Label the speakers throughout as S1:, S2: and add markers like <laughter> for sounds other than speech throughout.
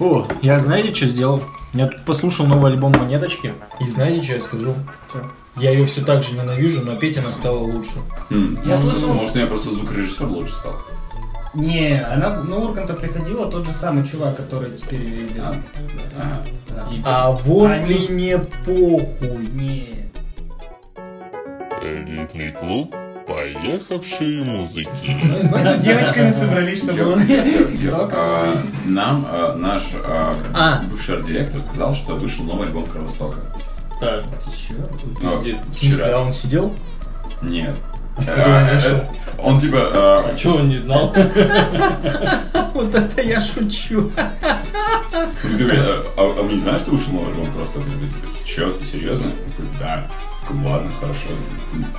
S1: О, я знаете, что сделал? Я тут послушал новый альбом «Монеточки». И знаете, что я скажу? Я ее все так же ненавижу, но петь она стала лучше.
S2: М.
S3: Я слышал...
S2: Может, я просто звукорежиссер лучше стал.
S3: Не, она на Урганта приходила тот же самый чувак, который теперь ее
S2: А,
S3: ведет.
S2: ага.
S3: Да.
S2: И-
S1: А вот
S3: Они-
S1: и не похуй.
S3: Не.
S4: Элитный клуб поехавшие музыки.
S3: Мы тут Ну, <laughs> девочками собрались, чтобы он...
S2: Девушка,
S3: <laughs>
S2: девушка, девушка.
S3: Только-
S2: А, Нам а, наш а,
S1: А.
S2: бывший арт-директор сказал, что вышел новый альбом Кровостока.
S1: Так.
S3: Ты чё?
S2: Ну,
S1: В смысле, а
S2: Вчера.
S1: он сидел?
S3: <laughs>
S2: Нет. А, э, Он типа... а,
S5: Чего он не знал?
S1: <laughs> Вот это я шучу.
S2: он говорит, А а вы не знаете, что вышел новый альбом Кровостока? Я говорю, Че, ты серьезно? Он говорит, Да. Я говорю, Ладно, хорошо.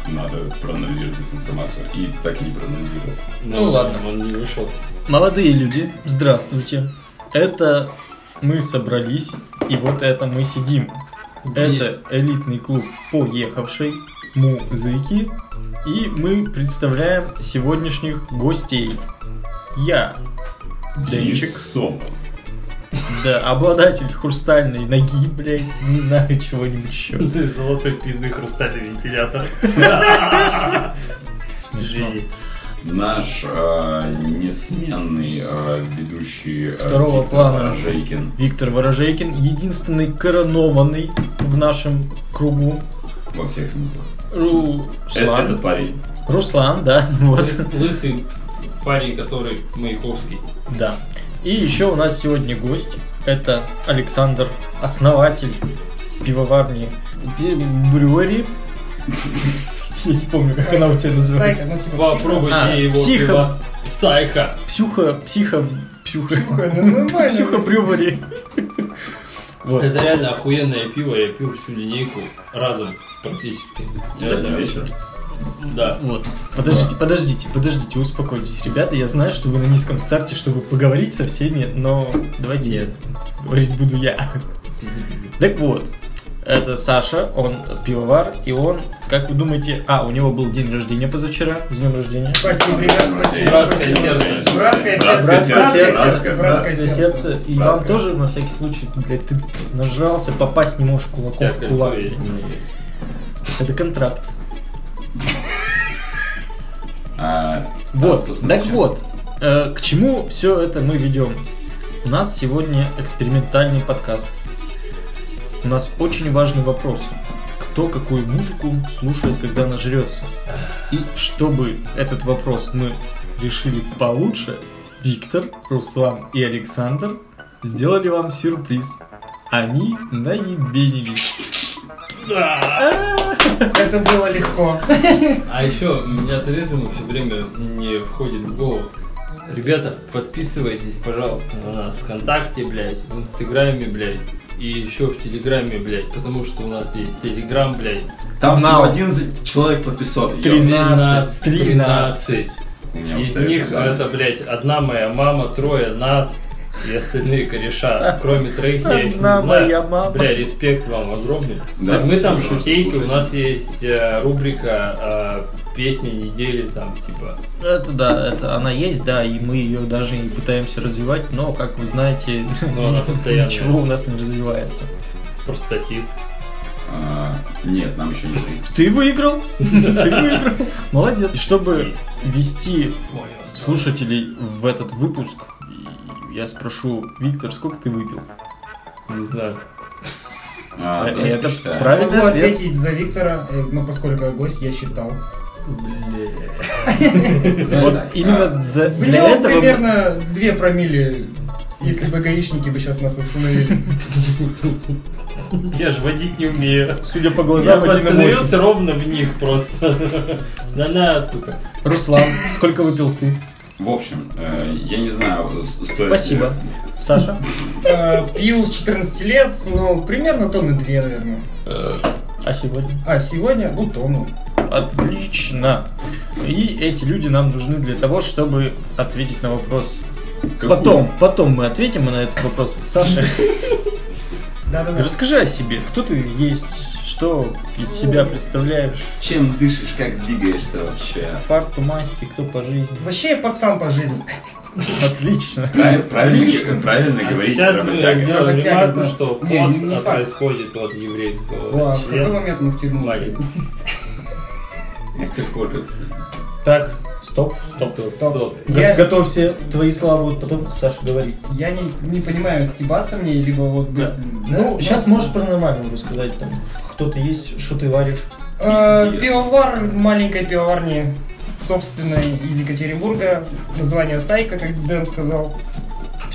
S2: Надо проанализировать эту информацию. И так и не проанализировал.
S5: Ну ладно, он не вышел.
S1: Молодые люди, здравствуйте. Это мы собрались, и вот это мы сидим. Это элитный клуб поехавшей музыки. И мы представляем сегодняшних гостей. Я, Денчик,
S2: Денис Сомов.
S1: да, обладатель хрустальной ноги, блядь, не знаю чего-нибудь
S2: Хм,
S1: еще.
S6: Золотой пизды хрустальный вентилятор.
S1: Смешно.
S6: Извини.
S2: Наш а, несменный а, ведущий а,
S1: Второго
S2: Виктор
S1: плана.
S2: Рожейкин.
S1: Виктор Ворожейкин, единственный коронованный в нашем кругу.
S2: Во всех смыслах. Э,
S1: Руслан.
S2: Этот парень.
S1: Руслан, да, <laughs> вот.
S5: Лыс- Лысый парень, который Маяковский.
S1: Да. И еще у нас сегодня гость. Это Александр, основатель пивоварни Де- Брюери. Я не помню, как она у тебя называется.
S3: Сайка, ну типа...
S5: Попробуйте
S1: А,
S5: его
S1: психо.
S5: пивас. Сайка.
S1: Псюха, психа, псюха.
S3: Псюха, ну нормально.
S1: Псюха
S3: <laughs>
S1: Брюери. Вот.
S5: Это реально охуенное пиво, я пил всю линейку разом практически.
S2: Этот
S5: Реально.
S2: вечер.
S5: Да.
S1: Вот. Подождите, подождите, подождите, успокойтесь, ребята. Я знаю, что вы на низком старте, чтобы поговорить со всеми, но давайте
S5: Нет.
S1: говорить буду я. Так вот, это Саша, он пивовар, и он, как вы думаете, а, у него был день рождения позавчера, с днем рождения.
S3: Спасибо, ребят, спасибо.
S5: Братское
S3: спасибо. Братское сердце.
S5: сердце.
S1: Братское
S2: сердце,
S3: Братское
S1: Красное
S3: сердце.
S1: сердце. И вам тоже, на всякий случай, блядь, ты нажрался, попасть не можешь
S5: У
S1: кулаком
S5: тебя
S1: в
S5: кольцо
S1: кулак.
S5: есть.
S1: Это контракт.
S2: А, да,
S1: Вот,
S2: собственно,
S1: так
S2: чем?
S1: вот, э, к чему все это мы ведем? У нас сегодня экспериментальный подкаст. У нас очень важный вопрос. Кто какую музыку слушает, когда нажрется? И чтобы этот вопрос мы решили получше, Виктор, Руслан и Александр сделали вам сюрприз. Они наебенились.
S3: Это было легко.
S5: А еще меня трезвым все время не входит в голову. Ребята, подписывайтесь, пожалуйста, на нас ВКонтакте, блядь, в Инстаграме, блядь, и еще в Телеграме, блядь, потому что у нас есть Телеграм, блядь.
S2: Там всего
S1: Нау.
S2: 11 человек подписал. Ё.
S1: Три.
S5: 13,
S1: 13.
S5: 13.
S2: У меня
S5: Из
S2: устаешь,
S5: них
S2: да.
S5: это, блядь, одна моя мама, трое нас и остальные кореша. Кроме троих я их не
S1: Одна моя
S5: знаю.
S1: мама.
S5: Бля, респект вам огромный.
S2: Да,
S5: Так мы
S2: спасибо,
S5: там
S2: пожалуйста,
S5: шутейки, у
S2: слушайте.
S5: нас есть э, рубрика э, песни недели, там, типа,
S1: Это да, это она есть, да, и мы ее даже не пытаемся развивать, но, как вы знаете,
S5: Но она постоянная.
S1: ничего у нас не развивается.
S5: простатит.
S2: А, Нет, нам еще не 30.
S1: Ты <laughs> выиграл! Ты выиграл! Молодец! И Чтобы ввести слушателей в этот выпуск, я спрошу, Виктор, сколько ты выпил?
S5: Не знаю.
S2: А, давайте
S1: Э, Это
S2: посчитаем.
S1: правильный
S3: Могу
S1: ответ.
S3: ответить за Виктора, э, но поскольку я гость, я считал.
S5: Бля.
S2: Давай
S1: Вот
S2: так,
S1: именно за-
S3: В
S1: для
S3: нем
S1: этого... мы-
S3: А, примерно 2 промили, если бы гаишники бы сейчас
S1: <laughs>
S3: нас остановили.
S5: Я ж водить не умею.
S1: Судя по
S5: Я
S1: глазам, 1,8.
S5: остановился ровно в них просто. <laughs> На-на, сука.
S1: Руслан, сколько выпил ты?
S2: а, В общем, э, я не знаю, с- стоит...
S1: Спасибо.
S2: ли-
S1: Саша?
S3: Э, Пью с 14 лет, ну, примерно тонны 2, наверное.
S1: А сегодня?
S3: А сегодня, ну, тонну.
S1: Отлично. И эти люди нам нужны для того, чтобы ответить на вопрос.
S2: Какую?
S1: Потом, потом мы ответим на этот вопрос. Саша,
S3: Да-да-да.
S1: расскажи о себе. Кто ты есть? Что из себя представляешь?
S2: Чем дышишь, как двигаешься вообще?
S1: Фарту масти, кто по жизни? <laughs>
S3: Вообще я пацан по жизни.
S1: Отлично.
S2: Правильно, правильно, правильно
S5: А
S2: говорить
S5: сейчас
S2: про
S5: мы
S2: тягу.
S5: сделали
S3: Работяга,
S5: ремарку,
S3: да.
S5: что
S3: Не,
S5: плац
S3: не
S5: а,
S3: факт.
S5: происходит от еврейского
S3: Ладно, А в какой
S5: члена.
S3: момент мы втянули?
S5: Маленький.
S2: С тех пор, как
S1: Так, стоп.
S5: Стоп,
S3: Стоп.
S5: стоп.
S1: Я...
S3: Я-
S1: Готовь все твои слова, вот потом Саша говори.
S3: Я не, не понимаю, стебаться мне, либо вот...
S1: Да.
S3: блин, да?
S1: Ну, сейчас можешь про нормальную рассказать, там, кто ты есть, что ты варишь.
S3: Э, Пивовар в маленькой пивоварне, собственной из Екатеринбурга, название Сайка, как Дэн сказал.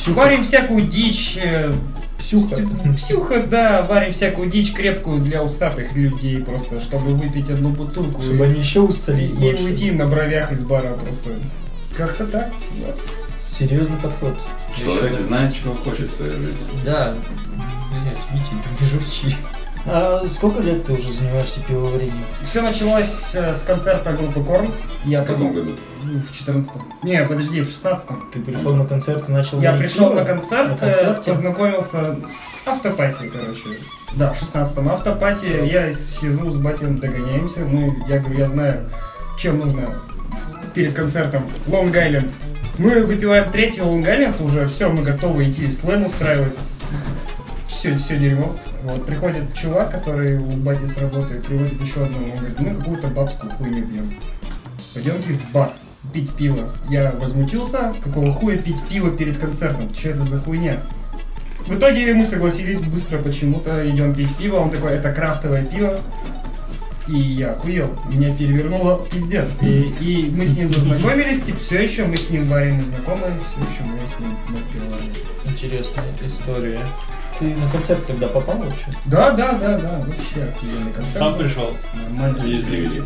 S3: Варим всякую дичь, э,
S1: Псюха.
S3: псюха, да, варим всякую дичь крепкую для усатых людей просто, чтобы выпить одну бутылку
S1: Чтобы
S3: и,
S1: они еще усолить
S3: и
S1: больше.
S3: уйти на бровях из бара просто. Как-то так.
S1: Серьезный подход.
S2: человек знает, чего хочет в своей жизни.
S1: Да. Блять, Витя, не журчи. А сколько лет ты уже занимаешься пивоварением?
S3: Все началось э, с концерта группы Корм. Я
S2: В каком
S3: познаком-
S2: году?
S3: Ну, в 14 Не, подожди, в 16
S1: Ты пришел на концерт и начал...
S3: Я
S1: варить
S3: пришел
S1: пиво?
S3: на концерт,
S1: На
S3: э,
S1: концерте?
S3: познакомился автопати, короче. Да, в 16-м автопати. Я сижу с батем, догоняемся. Мы, я говорю, я знаю, чем нужно перед концертом. Лонг Айленд. Мы выпиваем третий Лонг Айленд, уже все, мы готовы идти слэм устраивать. Все, все дерьмо. Вот, приходит чувак, который у бати с работы, приводит еще одного, он говорит, мы какую-то бабскую хуйню пьем. Пойдемте в бар пить пиво. Я возмутился, какого хуя пить пиво перед концертом? Че это за хуйня? В итоге мы согласились быстро почему-то, идем пить пиво, он такой, это крафтовое пиво. И я охуел, меня перевернуло пиздец. И, и мы с ним зазнакомились, и все еще мы с ним варим и знакомы, все еще мы с ним напивали.
S1: Интересная история. Ты на концерт тогда попал вообще?
S3: Да, да, да, да, вообще охуенный концерт.
S5: Сам пришел.
S3: Нормально.
S2: Или привели.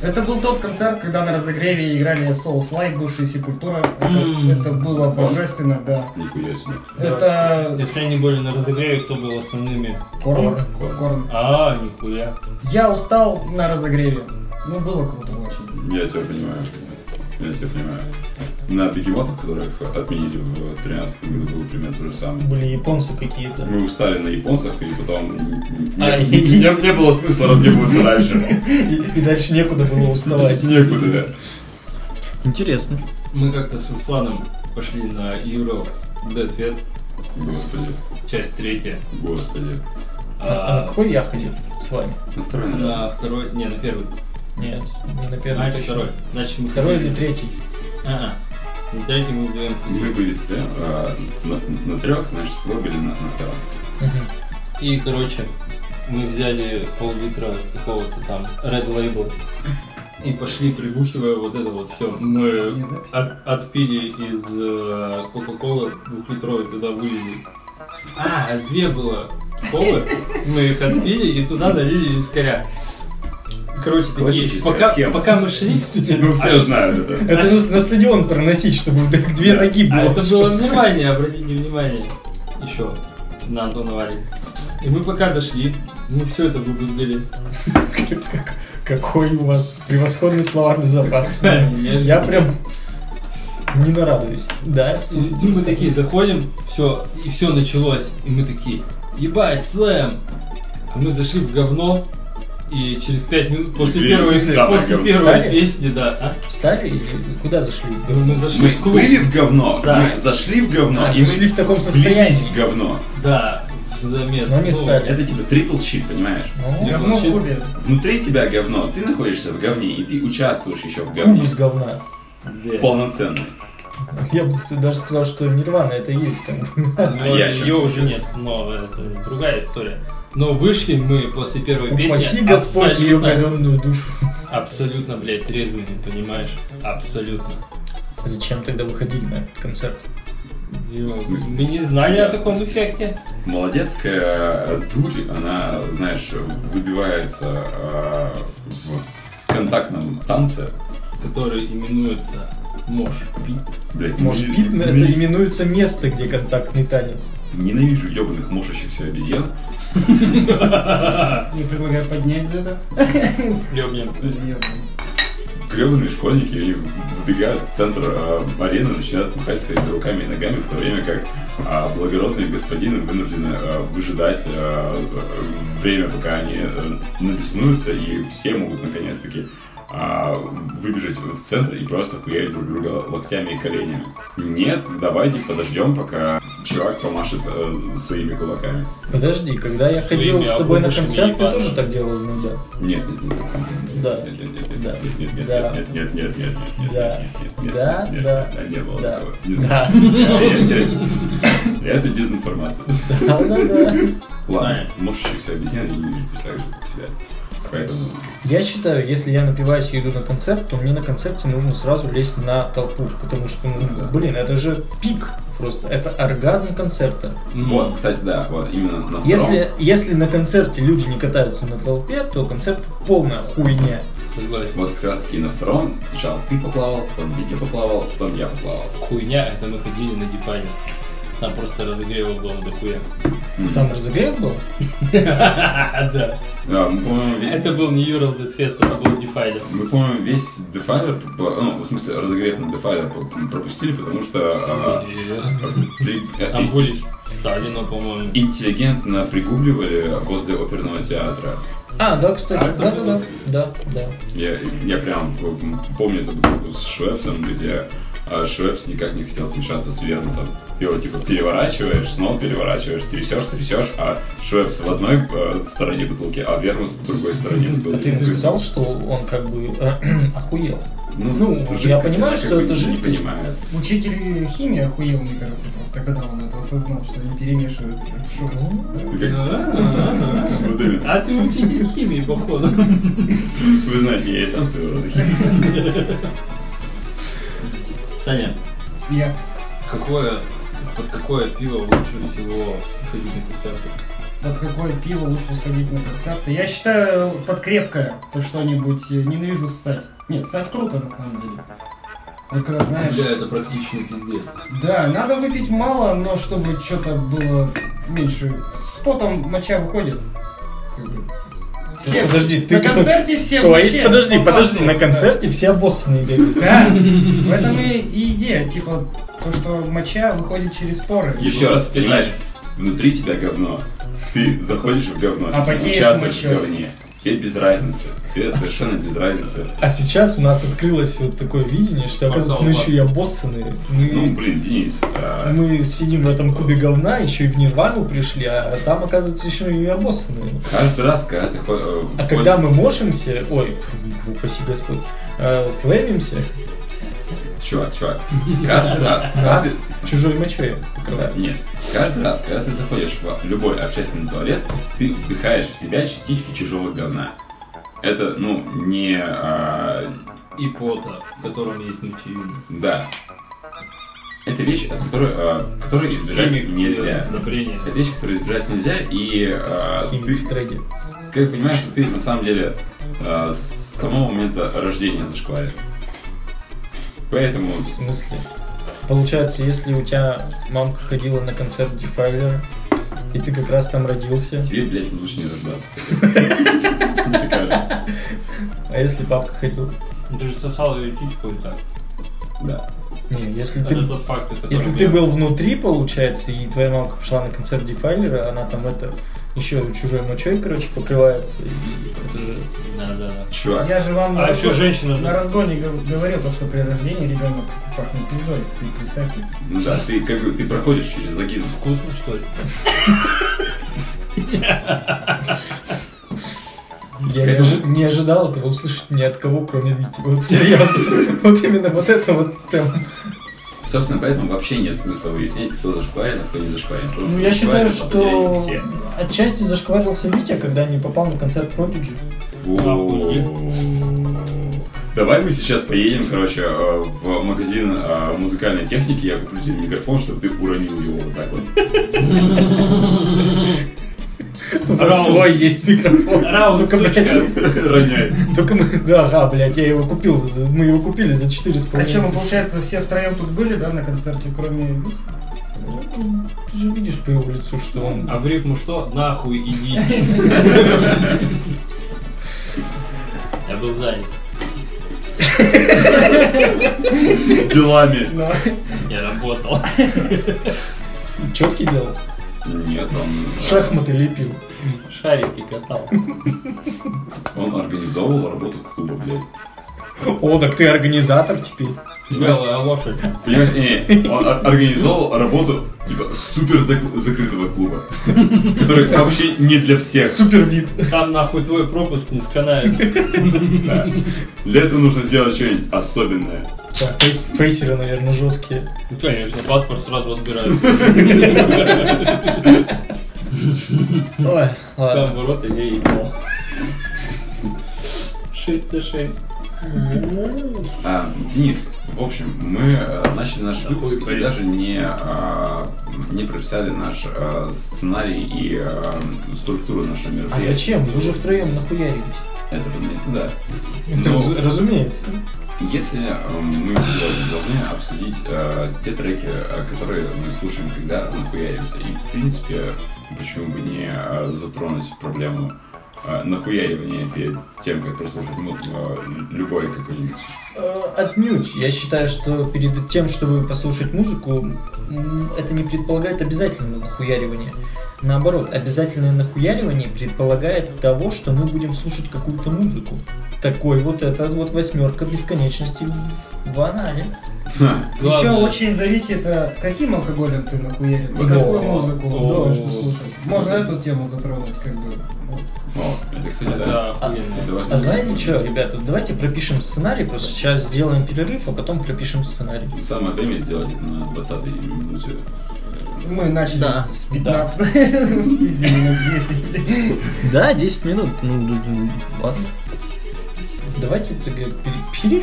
S3: Это был тот концерт, когда на разогреве играли Soulfly, бывшая Сепультура. Это,
S5: М.
S3: это было божественно, да.
S2: Нихуя себе.
S3: Это
S5: Если они были на разогреве, кто был основными?
S3: Корм.
S2: Корм.
S3: Корм.
S5: А, нихуя.
S3: Я устал на разогреве. Ну, было круто очень.
S2: Я тебя понимаю. Я тебя понимаю. На бегемотах, которых отменили в 2013 году, было примерно то же самое.
S1: Были японцы какие-то.
S2: Мы устали на японцах, и потом н- н-
S1: А,
S2: не, не- не- не было смысла
S5: <laughs>
S2: разъебываться дальше.
S1: И, и дальше некуда было уставать.
S2: Некуда, да.
S1: Интересно.
S5: Мы как-то с Русланом пошли на Euro Dead Fest,
S2: Господи,
S5: часть третья.
S2: господи.
S1: А,
S5: А,
S1: на какой я ходил с вами?
S2: На второй, наверное.
S5: на второй, не, на первый.
S1: Нет, не на первый.
S5: А, это
S1: точно.
S5: второй. Значит, мы
S1: Второй
S5: ходили-
S1: или третий?
S5: Ага. На третий мы вдвоем ходили.
S2: Мы были в трё- а, на, трех, значит, вы были на, на втором.
S1: Мгм.
S5: И, короче, мы взяли пол-литра какого-то там Red Label и пошли, прибухивая вот это вот все. Мы от- отпили из э, Кока-Колы двухлитровой, туда вылили. А, две было колы, мы их отпили и туда налили вискаря. Короче, такие,
S2: Классическая
S5: пока,
S2: схема.
S5: пока мы шли,
S2: Ну,
S5: а
S2: все
S5: ш-
S2: знают это.
S1: Это же на стадион проносить, чтобы так две
S2: Да.
S1: ноги
S5: А
S1: было.
S5: это было внимание, обратите внимание. Еще на Антона Варик. И мы пока дошли, мы все это выбузгали.
S1: Как- Какой у вас превосходный словарный запас. Я
S5: <laughs> Я
S1: прям не нарадуюсь. Да?
S5: Мы такие заходим, все, и все началось. И мы такие, ебать, слэм. А мы зашли в говно, и через пять минут после
S2: И
S5: первой,
S2: с запахом
S5: после первой
S1: встали?
S5: песни, да,
S1: Встали или куда зашли?
S5: а, мы зашли
S2: Мы
S5: в клуб.
S2: были в говно,
S5: Да.
S2: мы зашли в говно,
S1: А,
S2: и
S1: зашли в таком
S2: Слились
S1: состоянии.
S2: в говно.
S5: Да, в замес.
S1: Но не
S5: Ну,
S1: стали.
S2: Это типа трипл щит, понимаешь?
S1: Ну,
S5: Я
S3: Говно в
S5: вообще-
S3: кубе.
S2: Внутри тебя говно, ты находишься в говне, и ты участвуешь еще в
S1: Куб
S2: говне.
S1: из говна.
S5: да.
S2: Полноценно.
S1: Я бы даже сказал, что Нирвана это и есть как бы.
S5: Ну,
S2: Я
S5: ее
S2: чё-то
S5: уже нет, но это другая история. Но вышли мы после первой песни.
S1: Упаси Господь ее
S5: абсолютно,
S1: говенную душу.
S5: абсолютно, блядь, трезвыми, понимаешь? Абсолютно.
S1: Зачем тогда выходить на этот концерт?
S2: смысле?
S5: Мы не знали о таком
S2: Ясно.
S5: эффекте.
S2: Молодецкая э, дурь, она, знаешь, выбивается э, в контактном танце.
S5: который именуется Мош Пит.
S2: Блять,
S1: Может, Пит это именуется место, где контактный танец.
S2: Ненавижу ебаных мошащихся обезьян.
S3: Я предлагаю поднять за это.
S5: Ёбнем.
S2: Гребаные школьники, они выбегают в центр э, арены, начинают махать своими руками и ногами, в то время как э, благородные господины вынуждены э, выжидать а, э, время, пока они э, нарисуются, и все могут наконец-таки а, выбежать в центр и просто хуярить друг друга локтями и коленями. Нет, давайте подождем, пока чувак помашет э, своими кулаками.
S1: Подожди, когда я ходил
S7: Своими
S1: с тобой на
S7: обыгрышами
S1: концерт, ты
S7: ебаными.
S1: тоже так делал иногда.
S2: Нет, нет, нет, нет.
S1: Да.
S2: Нет, нет, нет,
S1: Да. Да.
S2: нет, нет, нет, нет, нет, нет, нет, нет, нет,
S1: Да.
S2: нет,
S1: Да,
S2: нет, нет, нет,
S1: да,
S2: нет, не было
S1: да.
S2: такого. Не знаю. Я теряю. Это дезинформация.
S1: Да-да-да.
S2: Ладно, можешь все объяснять, я не вижу точно так же, как себя. Поэтому
S1: Я считаю, если я напиваюсь и иду на концерт, то мне на концерте нужно сразу лезть на толпу, потому что, ну,
S2: Да.
S1: блин, это же пик просто, это оргазм концерта.
S2: Вот, кстати, да, вот именно на втором.
S1: Если, если на концерте люди не катаются на толпе, то концерт полная хуйня.
S5: Согласен.
S2: Вот как раз таки на втором сначала ты поплавал, потом Витя поплавал, потом я поплавал.
S5: Хуйня, это мы ходили на дипане. Там просто разогрева было до хуя.
S1: Там разогрев был?
S5: А, <laughs> да.
S2: Да, мы, по-моему, ве-
S5: Это был не Юрос Дэдфест, это был Дефайлер.
S2: мы, по-моему, весь Defiler, по- ну, в смысле, разогрев на Defiler по- пропустили, потому что а, при-
S5: Там
S2: а,
S5: были Сталина, по-моему.
S2: и- интеллигентно пригубливали возле оперного театра.
S1: А, да, кстати,
S2: А, это
S1: да-да-да,
S2: было?
S1: да, да.
S2: Я, я прям помню эту группу с Швепсом, где а, Швепс никак не хотел смешаться с Вермутом. Ты его типа переворачиваешь, снова переворачиваешь, трясешь, трясешь, а Швепс в одной э, стороне бутылки, а Вермут в другой стороне
S1: А
S2: бутылки.
S1: ты ему сказал, что он как бы э, <clears throat> охуел? ну, я
S2: жидкость
S1: понимаю,
S2: она
S1: что
S2: как бы
S1: это
S2: не
S1: жидкость.
S2: понимает.
S3: Учитель химии охуел, мне кажется, просто когда он это осознал, что они перемешиваются. Шо, ну,
S2: Ты как- Вот именно.
S5: А ты учитель химии, походу.
S2: Вы знаете, я и сам своего рода химик.
S5: Саня,
S3: Я
S5: какое, под какое пиво лучше всего ходить на концерты?
S3: под какое пиво лучше сходить на концерты? Я считаю, под крепкое то что-нибудь. э, Ненавижу ссать. Нет, ссать круто, на самом деле. Вот когда знаешь...
S5: Бля, это практичный пиздец.
S3: Да, надо выпить мало, но чтобы что-то было меньше. С потом моча выходит. Как бы. Все-
S1: Подожди, ты
S3: на
S1: как-
S3: концерте все в
S1: То есть,
S3: моче,
S1: подожди,
S3: ну, по
S1: подожди,
S3: факту,
S1: на
S3: да.
S1: концерте все обоссанные бегают.
S3: Да, в этом и, и идея, типа, то, что моча выходит через поры.
S2: Еще раз, понимаешь, внутри тебя говно. Ты заходишь в говно,
S3: А
S2: ты
S3: потеешь
S2: участвуешь в
S3: мочой.
S2: говне. Тебе без разницы. Тебе совершенно без разницы.
S1: А сейчас у нас открылось вот такое видение, что, оказывается, мы
S5: Пацан,
S1: еще и обоссанные.
S2: Ну,
S1: Мы,
S2: блин, Денис, а,
S3: Ну,
S1: мы сидим в этом кубе говна, еще и в нирвану пришли, а там, оказывается, еще и обоссанные.
S2: каждый раз, когда ты хо- э,
S1: А
S2: входишь-
S1: когда мы мошимся, ой, упаси Господь, э, слэмимся,
S2: Чувак, чувак, каждый
S1: <laughs>
S2: раз, когда
S1: нас
S2: ты...
S1: чужой мочой покрывают.
S2: Нет, каждый раз, когда ты заходишь в любой общественный туалет, ты вдыхаешь в себя частички чужого говна. Это, ну, не... а,
S5: И пота, в котором есть мочевина.
S2: да. Это вещь, от которой, а, которой избежать нельзя.
S5: Одобрение.
S2: Это вещь, которую избежать нельзя, и а,
S1: Химик
S2: ты
S1: в треке.
S2: как понимаешь, что ты на самом деле а, с самого момента рождения зашкварен. Поэтому
S1: В смысле? Получается, если у тебя мамка ходила на концерт Дефайлера, и ты как раз там родился,
S2: тебе, блядь, лучше не рождаться. <laughs> Мне кажется.
S1: а если папка ходил?
S5: Ты же сосал ее титьку и так.
S2: Да.
S1: Не, если ты
S5: Это тот факт, о котором
S1: Если
S5: я-
S1: ты был внутри, получается, и твоя мамка пошла на концерт Дефайлера, она там это еще чужой мочой, короче, покрывается. и это же-
S5: Да, да, да.
S2: Чувак,
S3: Я же вам на,
S5: А еще
S3: разгоне-
S5: женщина...
S3: на разгоне гов- говорил, то, что при рождении ребенок пахнет пиздой. Ты представьте.
S2: ну да, ты как бы ты проходишь через логин.
S5: Вкусно, что ли?
S1: Я не, ожи- не ожидал этого услышать ни от кого, кроме Вити. Вот серьезно. <laughs> Вот именно вот это вот прям.
S2: Собственно, поэтому вообще нет смысла выяснять, кто зашкварен, а кто не зашкварен. потому
S1: Ну,
S2: что
S1: я считаю,
S2: зашкварен
S1: что
S2: попадают все.
S1: отчасти зашкварился Витя, когда не попал на концерт Продиджи.
S2: О. Давай мы сейчас поедем, короче, э, в магазин э, музыкальной техники, я куплю тебе микрофон, чтобы ты уронил его вот так вот. <laughs>
S1: У нас свой есть микрофон. Только, блядь,
S2: Роняй.
S1: только мы... Да, ага, блядь, я его купил. за- Мы его купили за 4,5
S3: А чем мы,
S1: тысячи.
S3: получается, все втроем тут были, да, на концерте, кроме Вити?
S1: Ну, Ты же видишь по его лицу, что он...
S5: А в рифму что? Нахуй иди. Я был занят.
S2: Делами.
S5: Я работал.
S1: Четкий делал?
S2: Нет, он... э,
S1: Шахматы лепил.
S5: Шарики катал.
S2: Он организовывал работу клуба, блядь.
S1: О, так ты организатор теперь.
S5: Белая лошадь.
S2: Понимаешь, не, не, он ор- организовал работу типа супер зак- закрытого клуба, который вообще не для всех.
S1: Супер вид.
S5: Там нахуй твой пропуск не сканает.
S2: Да. Для этого нужно сделать что-нибудь особенное.
S1: Да, фейс- фейсеры, наверное, жесткие.
S5: Ну, конечно, паспорт сразу отбирают.
S1: Ой,
S5: Там
S1: ладно.
S5: ворота я ебал. 6 на 6.
S2: А, Денис, в общем, мы э, начали наш выпуск и
S5: Охуеть.
S2: даже не, а, не прописали наш а, сценарий и а, структуру нашего
S1: А
S2: мероприятия.
S1: зачем? Вы же втроем нахуярились.
S2: Это, разумеется, да.
S1: Раз-
S2: Но
S1: разумеется.
S2: если э, мы сегодня должны обсудить э, те треки, э, которые мы слушаем, когда нахуяримся, и, в принципе, почему бы не э, затронуть проблему э, нахуяривания перед тем, как прослушать музыку, э, любой какой-нибудь. <laughs>
S1: Э, Отнюдь. Я считаю, что перед тем, чтобы послушать музыку, м, это не предполагает обязательного нахуяривания. Наоборот, обязательное нахуяривание предполагает того, что мы будем слушать какую-то музыку. Такой вот эта вот восьмерка бесконечности в- в анале.
S3: Еще очень зависит, а, каким алкоголем ты нахуярил, и
S2: Да.
S3: какую музыку
S5: Да.
S3: будешь слушать. Можно эту тему затронуть, как бы.
S2: О, это, кстати, да.
S5: Это охуенно.
S2: Это
S1: А знаете что, ребята, давайте пропишем сценарий, просто сейчас сделаем перерыв, а потом пропишем сценарий.
S2: Самое время сделать это на 20-й минуте.
S3: Мы начали
S1: Да.
S3: с 15, пизди минут 10.
S1: Да, 10 минут. Ну, д- д- ладно. Давайте так, э, пере-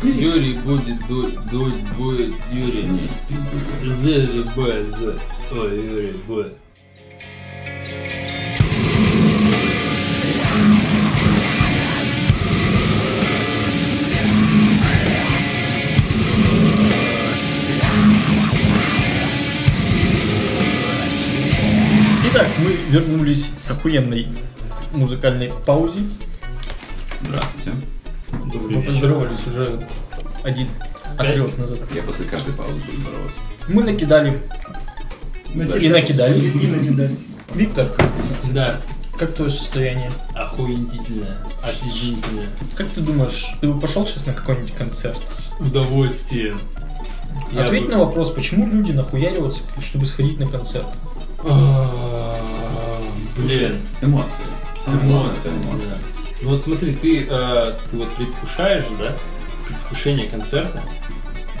S1: перерыв.
S5: Юрий будет дуть, дуть будет Юрий.
S2: Не, пизду.
S5: Юрий будет дуть. Ой, Юрий будет.
S1: Итак, мы вернулись с охуенной музыкальной паузе.
S2: Здравствуйте.
S1: Мы поздоровались уже один отрёв назад.
S2: Я после каждой паузы буду бороться.
S1: Мы накидали и
S2: Зачем?
S1: накидались.
S3: И накидались.
S1: Виктор,
S5: Да,
S1: как твое состояние?
S5: охуенительное, офигительное.
S1: Как ты думаешь, ты бы пошел сейчас на какой-нибудь концерт?
S5: Удовольствие. Я
S1: Ответь
S5: бы-
S1: на вопрос, почему люди нахуяриваются, чтобы сходить на концерт?
S5: А, Блин.
S2: Эмоции. Самое главное это эмоции.
S5: Да. Ну вот смотри, ты, э, ты вот предвкушаешь, да, предвкушение концерта,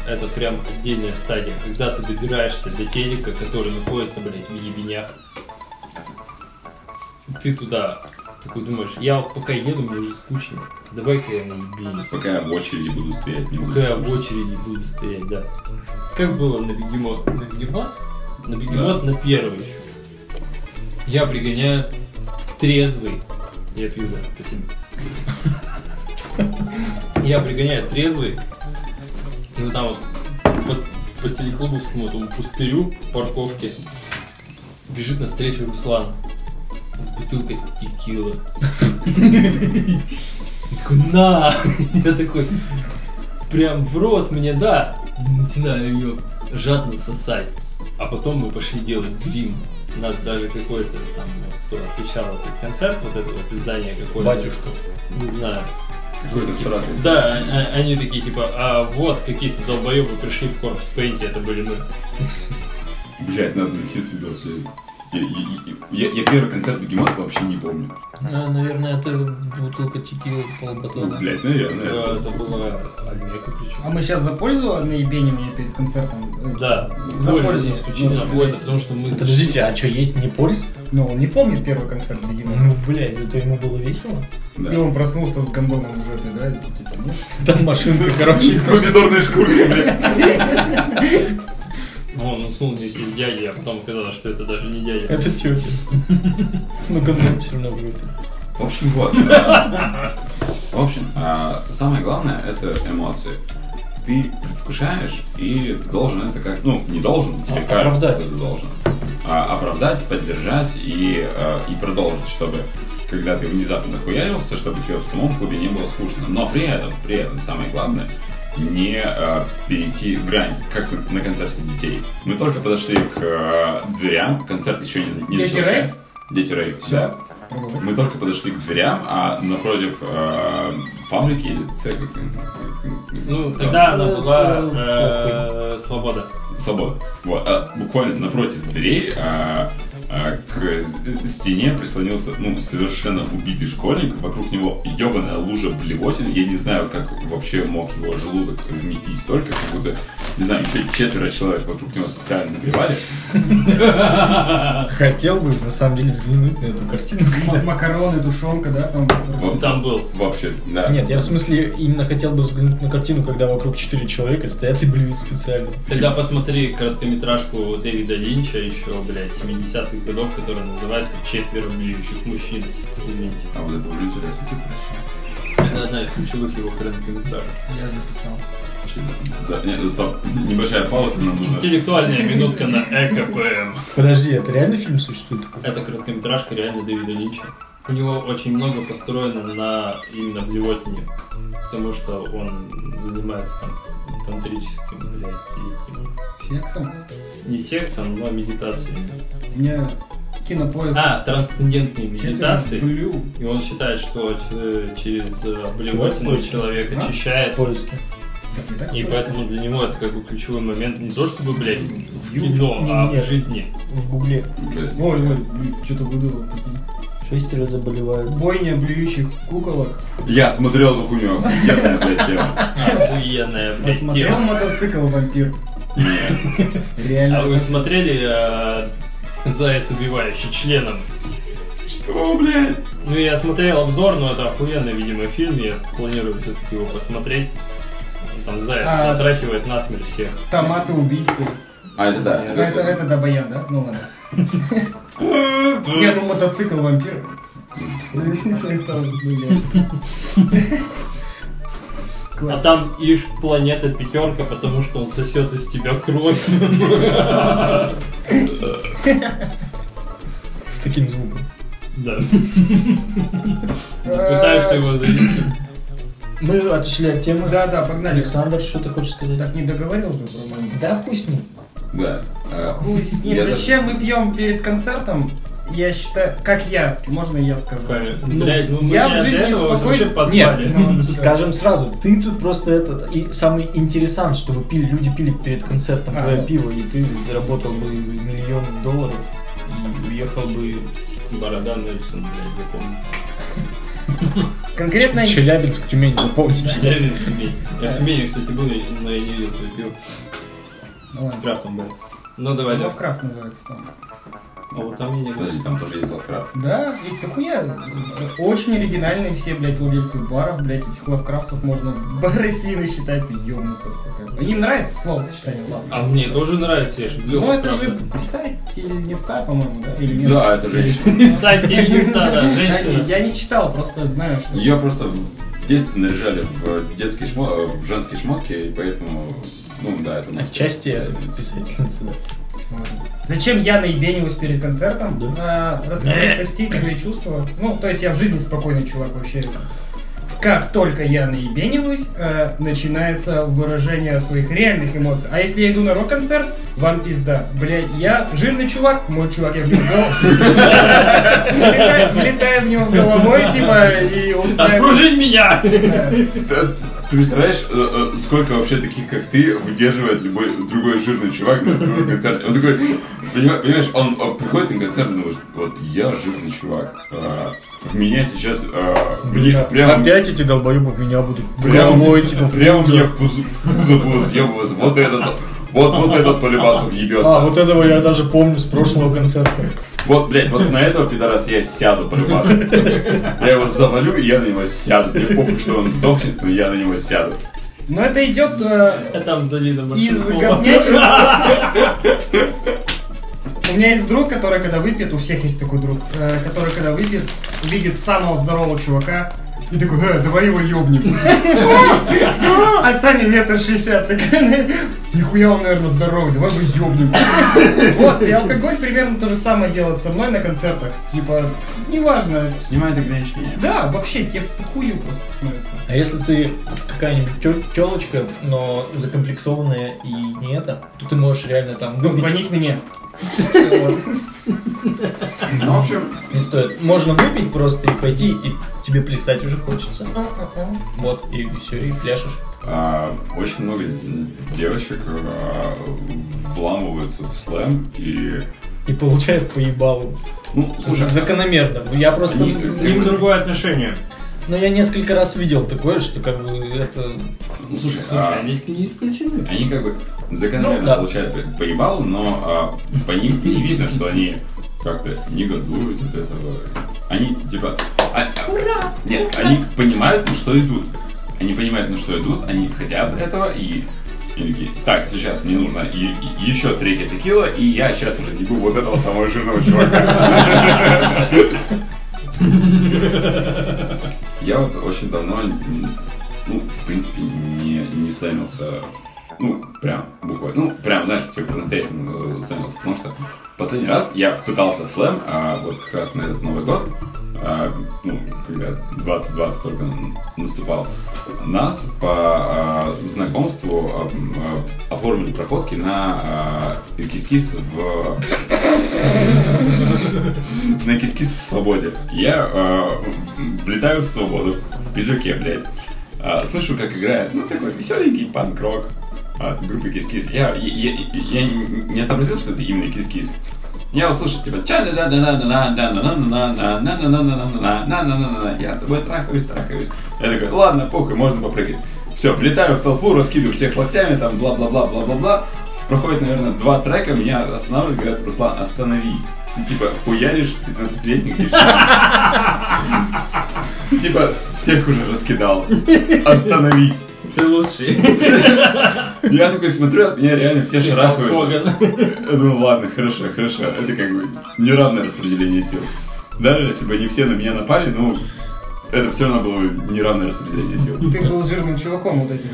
S5: это прям отдельная стадия, когда ты добираешься до телека, который находится, блядь, в ебенях. Ты туда такой думаешь, я вот пока еду, мне уже скучно, давай-ка я на ебене.
S2: Пока я в очереди буду стоять, не буду.
S5: Пока я в очереди буду стоять, да. Как было на бегемот? На бегемот? На бегемот на первый еще. Я пригоняю трезвый. Я пью, да, спасибо. Я пригоняю трезвый. И вот там вот по, по телеклубовскому этому пустырю парковке бежит навстречу Руслан с бутылкой текилы. Я такой, на! Я такой, прям в рот мне, да! И Начинаю ее жадно сосать. А потом мы пошли делать грим. У нас даже какой-то там, вот, кто освещал этот концерт, вот это вот издание какое-то. Не знаю.
S2: Какой-то всратый.
S5: Да, а- а- они такие типа, а вот какие-то долбоебы пришли в корпус пейнте, это были мы.
S2: Блять, надо найти видос. Я, я- я- я первый концерт Бегемата вообще не помню.
S1: А, Наверное, это бутылка текилы полбатона.
S2: Блять, наверное.
S5: Э,
S2: это-
S5: Это была Альмека
S3: А
S5: причем.
S3: мы сейчас за пользу наебенивания перед концертом?
S5: Да,
S3: За
S5: Боря
S3: пользу.
S5: исключительно
S3: Ну,
S5: польза, потому что мы...
S1: Подождите, а что, есть не польза?
S3: Но он не помнит первый концерт, видимо.
S1: Ну, блядь, зато ему было весело.
S3: И
S2: Да.
S3: он проснулся с гондоном в жопе, да? Типа,
S5: <laughs>
S3: ну,
S1: Там <laughs> машинка, короче,
S2: С помидорной шкуркой, блядь.
S5: Он уснул вместе с дядей, а потом оказалось, что это даже не дядя.
S8: <laughs>
S1: Это тетя. Ну, говно все равно будет.
S2: В общем, вот. а, В общем, а, самое главное это эмоции. Ты вкушаешь, и ты должен это как... Ну, не должен, тебе
S1: А,
S2: кажется,
S1: оправдать.
S2: что ты должен. а, оправдать, поддержать и, а, и продолжить, чтобы когда ты внезапно нахуярился, чтобы тебе в самом клубе не было скучно. Но при этом, при этом, самое главное, не а, перейти грань, как на- на концерте детей. Мы только подошли к а, дверям, концерт еще не, не
S3: Дети
S2: начался.
S3: рейв?
S2: Дети Рэй.
S3: Всё.
S2: Мы только подошли к дверям, а напротив э, фабрики или цеха, как они там, как- как-
S5: Ну,
S2: там,
S5: тогда она
S8: Да,
S5: была
S8: да,
S5: э, свобода.
S2: свобода. Вот, а буквально напротив дверей а, а, к з- стене прислонился ну, совершенно убитый школьник. Вокруг него ебаная лужа блевотин. Я не знаю, как вообще мог его желудок вместить столько, как будто, не знаю, еще четверо человек вокруг него специально набивали.
S8: Хотел бы, на самом деле, взглянуть на эту картину.
S3: М- Макароны, тушенка, да, там.
S2: Во-
S5: Там был.
S2: Вообще,
S8: <laughs>
S2: да.
S8: Нет, я в смысле именно хотел бы взглянуть на картину, когда вокруг четыре человека стоят и блюют специально.
S5: Тогда посмотри короткометражку Дэвида Линча еще, блядь, 70-х годов, которая называется «Четверо блюющих мужчин». Извините.
S2: А вот это уже интересно, типа, вообще.
S5: Это одна из ключевых его короткометражек.
S3: Я записал.
S2: Да, нет, стоп. Небольшая пауза, нам нужно.
S5: Интеллектуальная минутка на Эм. ЭКПМ.
S8: Подожди, это реально фильм существует такой?
S5: Это короткометражка реально Дэвида Линча. У него очень много построено на именно блевотине, потому что он занимается там тантрическим, блядь, великим.
S3: Сексом?
S5: Не сексом, но медитацией.
S3: У меня кинопоиск.
S5: А, трансцендентные
S3: Четверо
S5: медитации.
S3: Блю.
S5: И он считает, что че- через э,
S8: Какой
S5: блевотину
S8: поиск?
S5: человек
S3: А?
S5: очищается.
S8: Поиски.
S3: Так, так
S5: И
S3: поиск.
S5: поэтому для него это как бы ключевой момент не то чтобы, блядь, в кино, а в
S8: Нет.
S5: жизни.
S8: В гугле.
S2: Блядь.
S3: Ой, ой, что-то выдало.
S8: Шестеро заболевают.
S3: Бойня блюющих куколок. я
S2: Я смотрел эту хуйню, охуенная, блядь, тема.
S5: Охуенная, блядь,
S3: Посмотрел
S5: тема.
S3: мотоцикл вампир.
S2: Нет.
S5: А
S3: Реально.
S5: вы смотрели э, «Заяц, убивающий членом»?
S2: Что, блядь?
S5: Ну, я смотрел обзор, но это охуенный, видимо, фильм. Я планирую все-таки его посмотреть. Там заяц
S3: А.
S5: затрахивает насмерть всех.
S3: Томаты убийцы.
S2: А, это да.
S3: Ну, это, это Дабаян, да? Ну ладно. Я ну мотоцикл вампир. Это, блин.
S5: А
S3: Класс.
S5: там ишь планета пятерка, потому что он сосет из тебя кровь. <laughs>
S8: С таким звуком.
S5: Да. Пытаешься его завести.
S8: Мы отошли от темы.
S3: Да, да, погнали.
S8: Александр, что ты хочешь сказать?
S3: Так не договорил же про маму.
S8: Да хуй с ним.
S2: Да. а,
S3: Хуй с ним.
S2: Я даже-
S3: Зачем мы пьем перед концертом? Я считаю, как я, можно я скажу?
S8: Ну,
S5: Блядь, ну мы
S3: я
S5: не
S3: в
S5: от
S3: жизни
S5: этого
S3: спокойно-
S5: вообще позвали.
S3: Ну, всё.
S8: Скажем сразу, ты тут просто этот и самый интересант, чтобы пили, люди пили перед концертом
S3: А.
S8: твое пиво, и ты заработал бы миллион долларов и уехал бы
S5: Борода Нельсон, блядь, запомни.
S3: Конкретно
S8: Челябинск, Тюмень, запомните.
S5: Я верю в Тюмень. Я в Тюмени, кстати, был, но я не видел, что я пил.
S3: Ну ладно.
S5: Крафтом был. Ну давай, да.
S3: Лавкрафт называется там.
S5: А вот там я не был.
S2: Подожди, там тоже есть лавкрафт.
S3: Да, и дохуя. Очень оригинальные все, блядь, владельцы баров, блядь, этих лавкрафтов можно <laughs> барысины считать, ты ёбнуться сколько. Им нравится словосочетание лавкрафт.
S5: А мне тоже нравится, я же люблю
S3: Ну это же
S5: Лавкрафта.
S3: писательница, по-моему, да? Или нет?
S2: Да, это женщина.
S5: Писательница, да,
S3: Я не-
S5: женщина.
S3: Я не читал, просто знаю, что...
S2: Ее просто в детстве наряжали в детские шмо... э, в женские шмотки, и поэтому, ну да, это... ну,
S8: Отчасти это
S2: писательница.
S8: писательница, да.
S3: Ладно. Зачем я наебенилась перед концертом? А, Раскрепостить свои чувства. Ну, то есть я в жизни спокойный чувак вообще. Как только я наебениваюсь, э, начинается выражение своих реальных эмоций. А если я иду на рок-концерт, вам пизда. Блять, я жирный чувак, мой чувак, я в него Влетаю- влетаю в него головой, типа, и устраиваю.
S5: Отпружи меня!
S3: Да.
S2: Да, Ты представляешь, э, э, сколько вообще таких, как ты, выдерживает любой другой жирный чувак на другом концерте? Он такой, понима- понимаешь, он э, приходит на концерт и думает, вот я жирный чувак, а, в меня сейчас, а, мне прямо...
S8: Опять эти долбоебы в меня будут
S2: Прям-
S8: головой, типа, в
S2: Прям
S8: пузо.
S2: мне в пузо будут въебываться. Вот этот, вот, вот этот полюбасу въебется.
S8: А, вот этого я даже помню с прошлого концерта.
S2: Вот, блядь, вот на этого пидораса я сяду полюбасу. Я его завалю, и я на него сяду. Мне похуй, что он сдохнет, но я на него сяду.
S3: Но это идет э,
S5: Я там за Лида
S3: из
S5: Машинкова.
S3: говнячества. У меня есть друг, который когда выпьет, у всех есть такой друг, э, который когда выпьет, видит самого здорового чувака и такой, «Э, давай его ёбнем. А сами метр шестьдесят, так, нихуя он, наверное, здоровый, давай его ёбнем. Вот, и алкоголь примерно то же самое делает со мной на концертах. Типа, неважно.
S2: Снимает ограничения.
S3: Да, вообще, тебе похую просто становится.
S8: А если ты какая-нибудь телочка, но закомплексованная и не это, то ты можешь реально там
S3: Ну,
S8: выпить
S3: звонить мне.
S2: Ну, в общем,
S1: Не стоит. Можно выпить просто и пойти, и тебе плясать уже хочется. Вот, и все, и пляшешь.
S2: а, очень много девочек а, вламываются в слэм и...
S1: И получают поебалу.
S2: Ну, слушай,
S1: Закономерно. Я просто...
S2: Они,
S6: К ним другое отношение.
S1: Но я несколько раз видел такое, что как бы это...
S2: ну, слушай, а,
S5: Случайности не исключены.
S2: они как бы закономерно
S1: Ну, да.
S2: получают поебал, но а, по ним не видно, что они как-то негодуют от этого. Они типа... а- а- Нет, они понимают, на что идут. Они понимают, на что идут, они хотят этого и... и такие, так, сейчас мне нужно и, и еще третья текила, и я сейчас разъебу вот этого самого жирного чувака. Я вот очень давно, м, ну, в принципе, не, не слэмился, ну, прям, буквально, ну, прям, знаешь, типа, по-настоящему э, слэмился, потому что последний раз я пытался в слэм, а вот как раз на этот Новый год, а, ну, когда 2020 только н- наступал, нас по а, знакомству а, м, а, оформили проходки на а, кис-кис в на кис-кис в свободе. Я э, влетаю в свободу, в пиджаке, блядь. А, слышу, как играет, ну, такой веселенький панк-рок от группы кис-кис. Я, я, я, я не отобразил, что это именно кис-кис. Я услышал, типа, ча да да да да да да да да да да да да да да да да да да я с тобой трахаюсь, трахаюсь. Я такой, ладно, похуй, можно попрыгать. Все, влетаю в толпу, раскидываю всех локтями, там, бла-бла-бла-бла-бла-бла. Проходит, наверное, два трека, меня останавливают, говорят, Руслан, остановись. Ты, типа, хуяришь 15-летних девчонок. Типа, всех уже раскидал. Остановись.
S5: Ты лучший.
S2: Я такой смотрю, от меня реально все шарахаются.
S5: Коган.
S2: Я думаю, ладно, хорошо, хорошо. Это как бы неравное распределение сил. Даже если бы не все на меня напали, ну, это все равно было бы неравное распределение сил.
S3: Ты был жирным чуваком вот этим.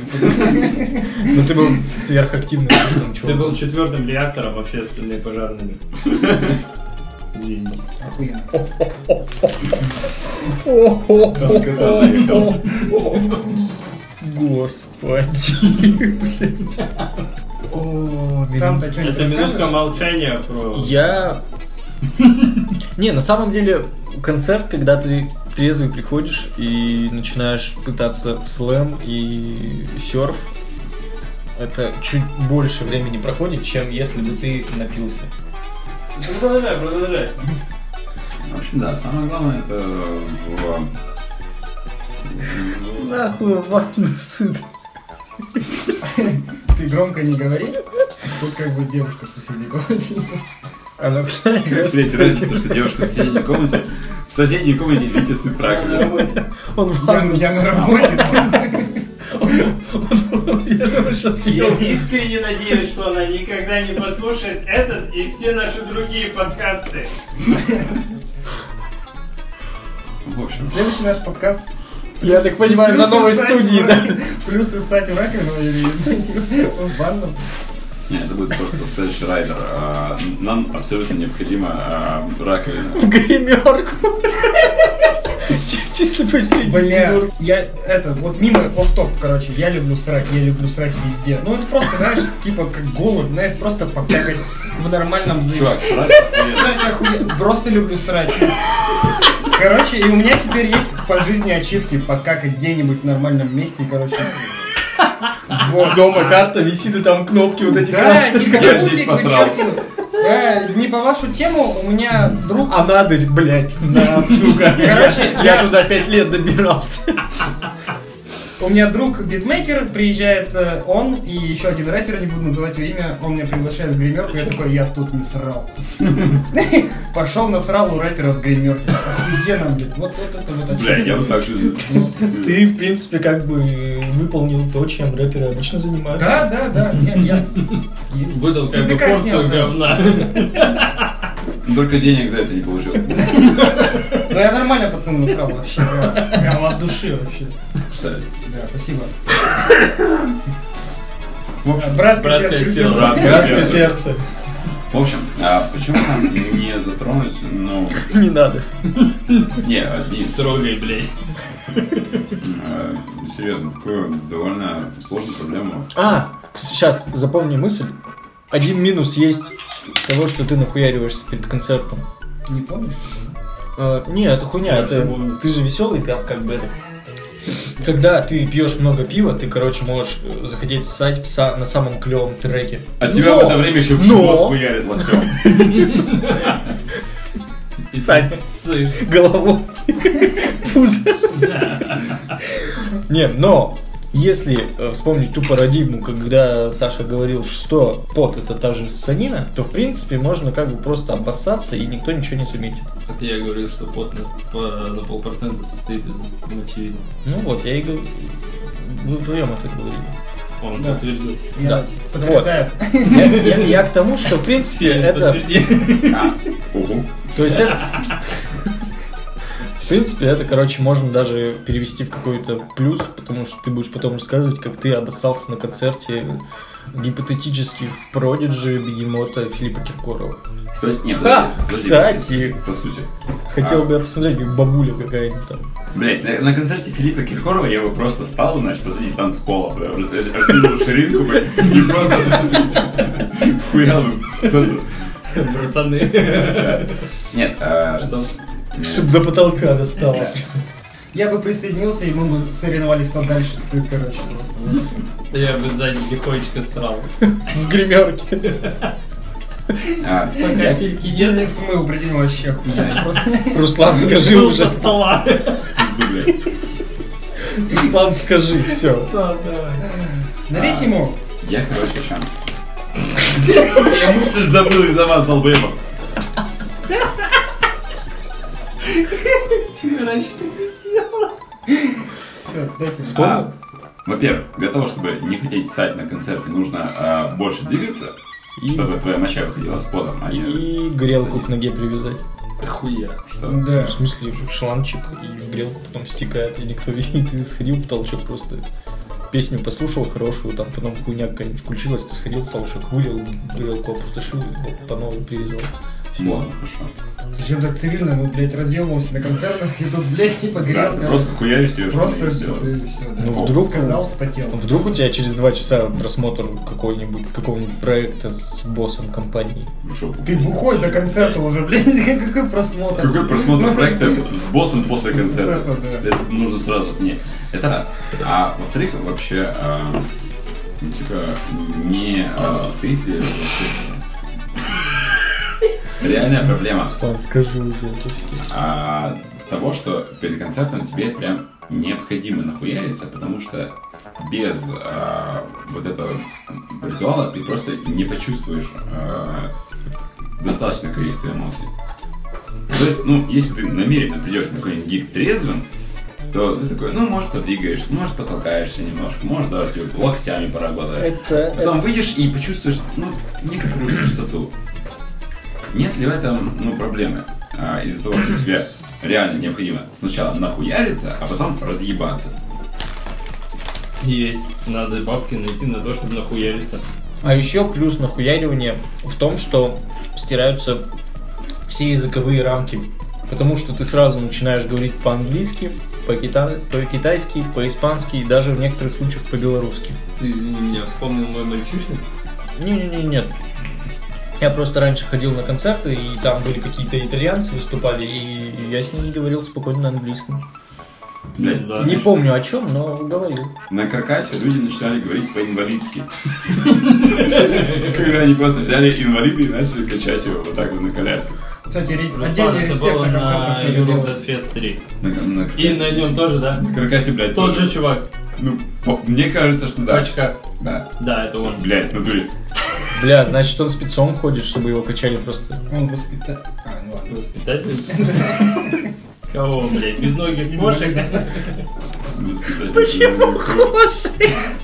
S1: Ну ты был сверхактивным там,
S6: Ты
S1: чувак.
S6: был четвертым реактором, а все остальные пожарными. Извини.
S3: Охуенно.
S2: Только да, заехал.
S1: Господи, блядь. О,
S3: Сам-то что-нибудь
S6: Это минутка
S3: расскажешь?
S6: молчания про...
S1: Я... Не, на самом деле, концерт, когда ты трезвый приходишь и начинаешь пытаться в слэм и серф, это чуть больше времени проходит, чем если бы ты напился.
S6: Продолжай, продолжай.
S2: В общем, да, самое главное это э, в...
S1: Нахуй важно, сыт.
S3: Ты громко не говори. Тут как бы девушка в соседней комнате.
S1: Она
S2: Третья разница, что девушка в соседней комнате. В соседней комнате Витя с Ифраковым.
S1: Он
S3: Я, я на работе.
S1: Я думаю, сейчас
S6: Я искренне надеюсь, что она никогда не послушает этот и все наши другие подкасты.
S2: В общем,
S3: Следующий наш подкаст.
S1: Я так понимаю, на
S3: плюс
S1: новой
S3: иссать
S1: студии,
S3: в
S1: да?
S3: ра- Плюс иссать в раковину или в ванну.
S2: Нет, это будет просто следующий райдер. А, Нам абсолютно необходима а, раковина.
S1: В гримерку. <laughs> Чи- Чисто посреди.
S3: Бля,
S1: гримерки.
S3: я это, вот мимо офф топ короче, я люблю срать, я люблю срать везде. Ну это просто, знаешь, типа как голод, знаешь, просто покакать в нормальном заебе.
S2: Чувак, срать?
S3: Срать охуенно, Просто люблю срать. Короче, и у меня теперь есть по жизни ачивки покакать где-нибудь в нормальном месте, и, короче.
S1: Вот, дома карта висит, и там кнопки вот эти
S3: Да,
S1: красные.
S3: не
S2: Я здесь
S3: капутик,
S2: посрал.
S3: Да, Э, не по вашу тему, у меня друг
S1: А надо, блядь, на, сука.
S3: <laughs> Короче,
S1: я туда пять лет добирался.
S3: У меня друг битмейкер, приезжает э, он и еще один рэпер, не буду называть его имя, он меня приглашает в гримерку, я такой, я тут не срал. <laughs> Пошел насрал у рэпера в гримерке. Охуенно, блядь, вот вот это вот
S2: Бля, я бы
S3: очевидно.
S2: так же...
S1: Ты, в принципе, как бы выполнил то, чем рэперы обычно занимаются.
S3: Да, да, да, я, я-
S5: Выдал
S3: С
S5: как бы
S3: языка снял,
S5: порцию
S3: да.
S5: говна.
S2: Только денег за это не получил.
S3: Да я нормально пацаны насрал вообще. Прям от души вообще.
S2: Представляешь?
S3: Да, спасибо.
S2: В общем,
S3: Братское
S5: братское
S3: сердце.
S5: сердце.
S3: сердце.
S1: Красное сердце.
S2: В общем, а почему нам не затронуть, ну...
S1: Не надо.
S2: Не, одни...
S5: Трогай, блядь.
S2: Э, Серьезно, такую довольно сложную проблему.
S1: А, сейчас, запомни мысль. Один минус есть того, что ты нахуяриваешься перед концертом.
S3: Не помнишь?
S1: Э, не, это хуйня,
S5: Я
S1: это-
S5: всё помню.
S1: ты же веселый, как бы это. Когда ты пьешь много пива, ты, короче, можешь э, захотеть ссать в са- на самом клевом треке.
S2: От тебя в
S1: Но-
S2: это время еще в
S1: но-
S2: живот хуярит локтем.
S5: Сосишь.
S1: головой
S2: <laughs>
S1: пузо. Не, но если э, вспомнить ту парадигму, когда Саша говорил, что пот это та же санина, то в принципе можно как бы просто обоссаться и никто ничего не заметит.
S5: Это я говорил, что пот на, по- на полпроцента состоит из мочи.
S1: Ну вот, я и говорю. Вы вдвоем это говорили.
S5: Он
S3: Да.
S5: подтвердил.
S1: Да.
S3: Подтверждаю.
S1: Я, я- я к тому, что в принципе это.
S5: Подтвердил.
S2: Угу.
S1: То есть это. В принципе, это, короче, можно даже перевести в какой-то плюс, потому что ты будешь потом рассказывать, как ты обоссался на концерте гипотетических Продиджи, Бегемота, Филиппа Киркорова.
S2: То есть, нет,
S1: Ха,
S2: подожди, подожди,
S1: кстати.
S2: подожди, По сути.
S1: Хотел
S2: А.
S1: бы я посмотреть, как бабуля какая-нибудь там.
S2: Блять, на, на концерте Филиппа Киркорова я бы просто встал, значит, посреди танцпола, бля, раз- раскинул ширинку бы и просто хуял бы в центр.
S5: <laughs> Братаны.
S2: Нет, а,
S5: Что?
S1: Чтобы до потолка достала.
S3: Я бы присоединился, и мы бы соревновались подальше с, короче, просто.
S5: Я бы сзади тихонечко срал.
S1: <laughs> В гримерке.
S2: а,
S5: Пока фильки <laughs>
S3: Я
S5: нет,
S3: не смыл, прикинь, вообще хуйня.
S1: Руслан, скажи
S5: скажи со
S1: уже.
S5: <laughs> стола.
S2: пизду, блядь.
S1: Руслан, скажи, все.
S5: Всё, давай.
S3: Налейте ему.
S2: Я, короче, шан. Я мышцы забыл из-за вас, долбоебов.
S5: Чего раньше ты не сделала?
S3: Все, дайте ему.
S2: А, Во-первых, для того, чтобы не хотеть ссать на концерте, нужно а, больше двигаться,
S1: И,
S2: чтобы твоя моча выходила с потом, а не...
S1: и грелку к ноге привязать.
S5: Хуя.
S2: Что?
S3: Да.
S1: В смысле, в шланчик и в грелку потом стекает, и никто <laughs> видит, и ты сходил в толчок просто песню послушал хорошую, там потом хуйня какая-нибудь включилась, ты сходил в толчок, вылил, грелку опустошил, и вот по новой привязал.
S2: Ну ладно, хорошо.
S3: Причем так цивильно, мы, блядь, разъебываемся на концертах, и тут, блядь, типа
S2: Да, ты
S3: грелка.
S2: просто хуяришь себе.
S3: Просто
S2: все.
S3: все, да.
S1: Ну,
S2: О,
S1: вдруг,
S3: Сказал, вспотел.
S1: вдруг у тебя через два часа просмотр какой-нибудь, какого-нибудь проекта с боссом компании.
S2: В жопу.
S3: Ты бухой до концерта уже, блядь, <laughs> какой просмотр.
S2: Какой
S3: <laughs>
S2: просмотр проекта с боссом после концерта?
S3: Концерта, да.
S2: Это нужно сразу. Нет, это раз. А во-вторых, вообще, а, ну, типа, не а, стоит ли
S3: <laughs>
S2: вообще реальная проблема
S1: Руслан, скажи уже это всё.
S2: а, того, что перед концертом тебе прям необходимо нахуяриться, потому что без а, вот этого ритуала ты просто не почувствуешь а, достаточное количество эмоций. То есть, ну, если ты намеренно придешь на какой-нибудь гиг трезвым, то ты такой, ну, может, подвигаешься, может, потолкаешься немножко, может, даже типа, локтями поработаешь.
S1: Это...
S2: Потом выйдешь и почувствуешь, ну, некоторую пустоту. Нет ли в этом, ну, проблемы? А, из-за того, что тебе реально необходимо сначала нахуяриться, а потом разъебаться.
S5: Есть. Надо бабки найти на то, чтобы нахуяриться.
S1: А еще плюс нахуяривания в том, что стираются все языковые рамки. Потому что ты сразу начинаешь говорить по-английски, по-кита- по-китайски, по-испански и даже в некоторых случаях по-белорусски.
S5: Ты, извини меня, вспомнил мой мальчишник?
S1: Не-не-не, нет. Я просто раньше ходил на концерты, и там были какие-то итальянцы выступали, и я с ними говорил спокойно на английском.
S2: Блядь,
S5: Да.
S1: Не помню о чем, но говорил.
S2: на каркасе люди начинали говорить по-инвалидски. Когда они просто взяли инвалида и начали качать его вот так вот на коляске.
S3: Кстати, ре-
S5: Руслан,
S3: отдельный
S5: это
S3: респект
S5: было
S3: на
S5: на
S3: концертах люди
S5: Europe
S3: делают.
S5: Fest 3.
S2: На- на
S5: И
S2: каркасе.
S5: на нем тоже, да?
S2: На каркасе, блядь,
S5: Тот же
S2: тоже.
S5: чувак.
S2: Ну, по- мне кажется, что
S5: В
S2: да.
S5: очках.
S2: Да.
S5: Да, это он.
S2: Блядь, в натуре.
S1: Бля, значит он спецом ходит, чтобы его качали просто.
S3: Он воспитал. А, ну ладно.
S5: Воспитатель? Кого, блядь, без ноги кошек?
S2: Почему?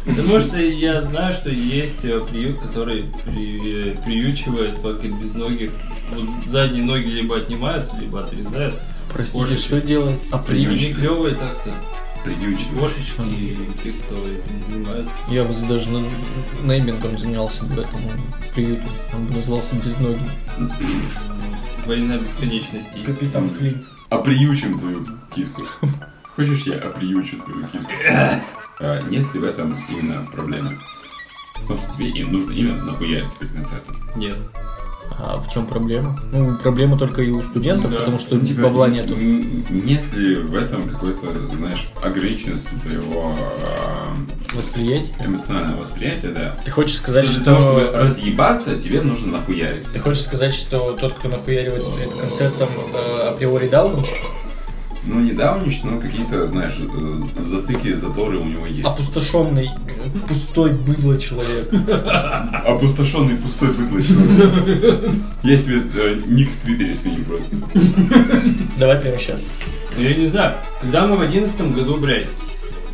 S5: Потому что я знаю, что есть э, приют, который при- э, приючивает только без ноги. Вот задние ноги либо отнимаются, либо отрезают.
S1: Простите,
S5: Кошечки.
S1: что делать? А
S5: Не
S2: Приючивает.
S5: клевые так-то.
S2: Придючий.
S5: Кошечки и те, кто этим занимается.
S1: Я бы даже на- неймингом занялся бы этому приюту. Он бы назывался Безногий.
S5: Война бесконечностей.
S3: Капитан Флинт.
S2: Оприючим твою киску. Хочешь, я оприючу твою киску? А, Нет ли в этом именно проблемы? В том, что тебе им нужно именно нахуяриться перед концертом.
S5: Нет.
S1: А в чем проблема? Ну, проблема только и у студентов,
S5: Да.
S1: потому что
S2: Ну, типа,
S1: бабла
S2: н-
S1: нету.
S2: н- Нет ли в этом какой-то, знаешь, ограниченности твоего эм,
S1: Восприять.
S2: эмоционального восприятия, да?
S1: Ты хочешь сказать,
S2: Для
S1: что...
S2: того,
S5: э,
S2: чтобы разъебаться, тебе нужно нахуяриться.
S1: Ты хочешь сказать, что тот, кто нахуяривается перед концертом, э, априори даунич?
S2: Ну, не даунич, но какие-то, знаешь, э, затыки, заторы у него
S1: А
S2: есть.
S1: Опустошенный, э, пустой быдло человек.
S2: Опустошенный пустой быдлый человек. Я себе э, ник в Твиттере сменил просто.
S1: Давай прямо сейчас.
S5: Ну, Я не знаю, когда мы в одиннадцатом году, блядь,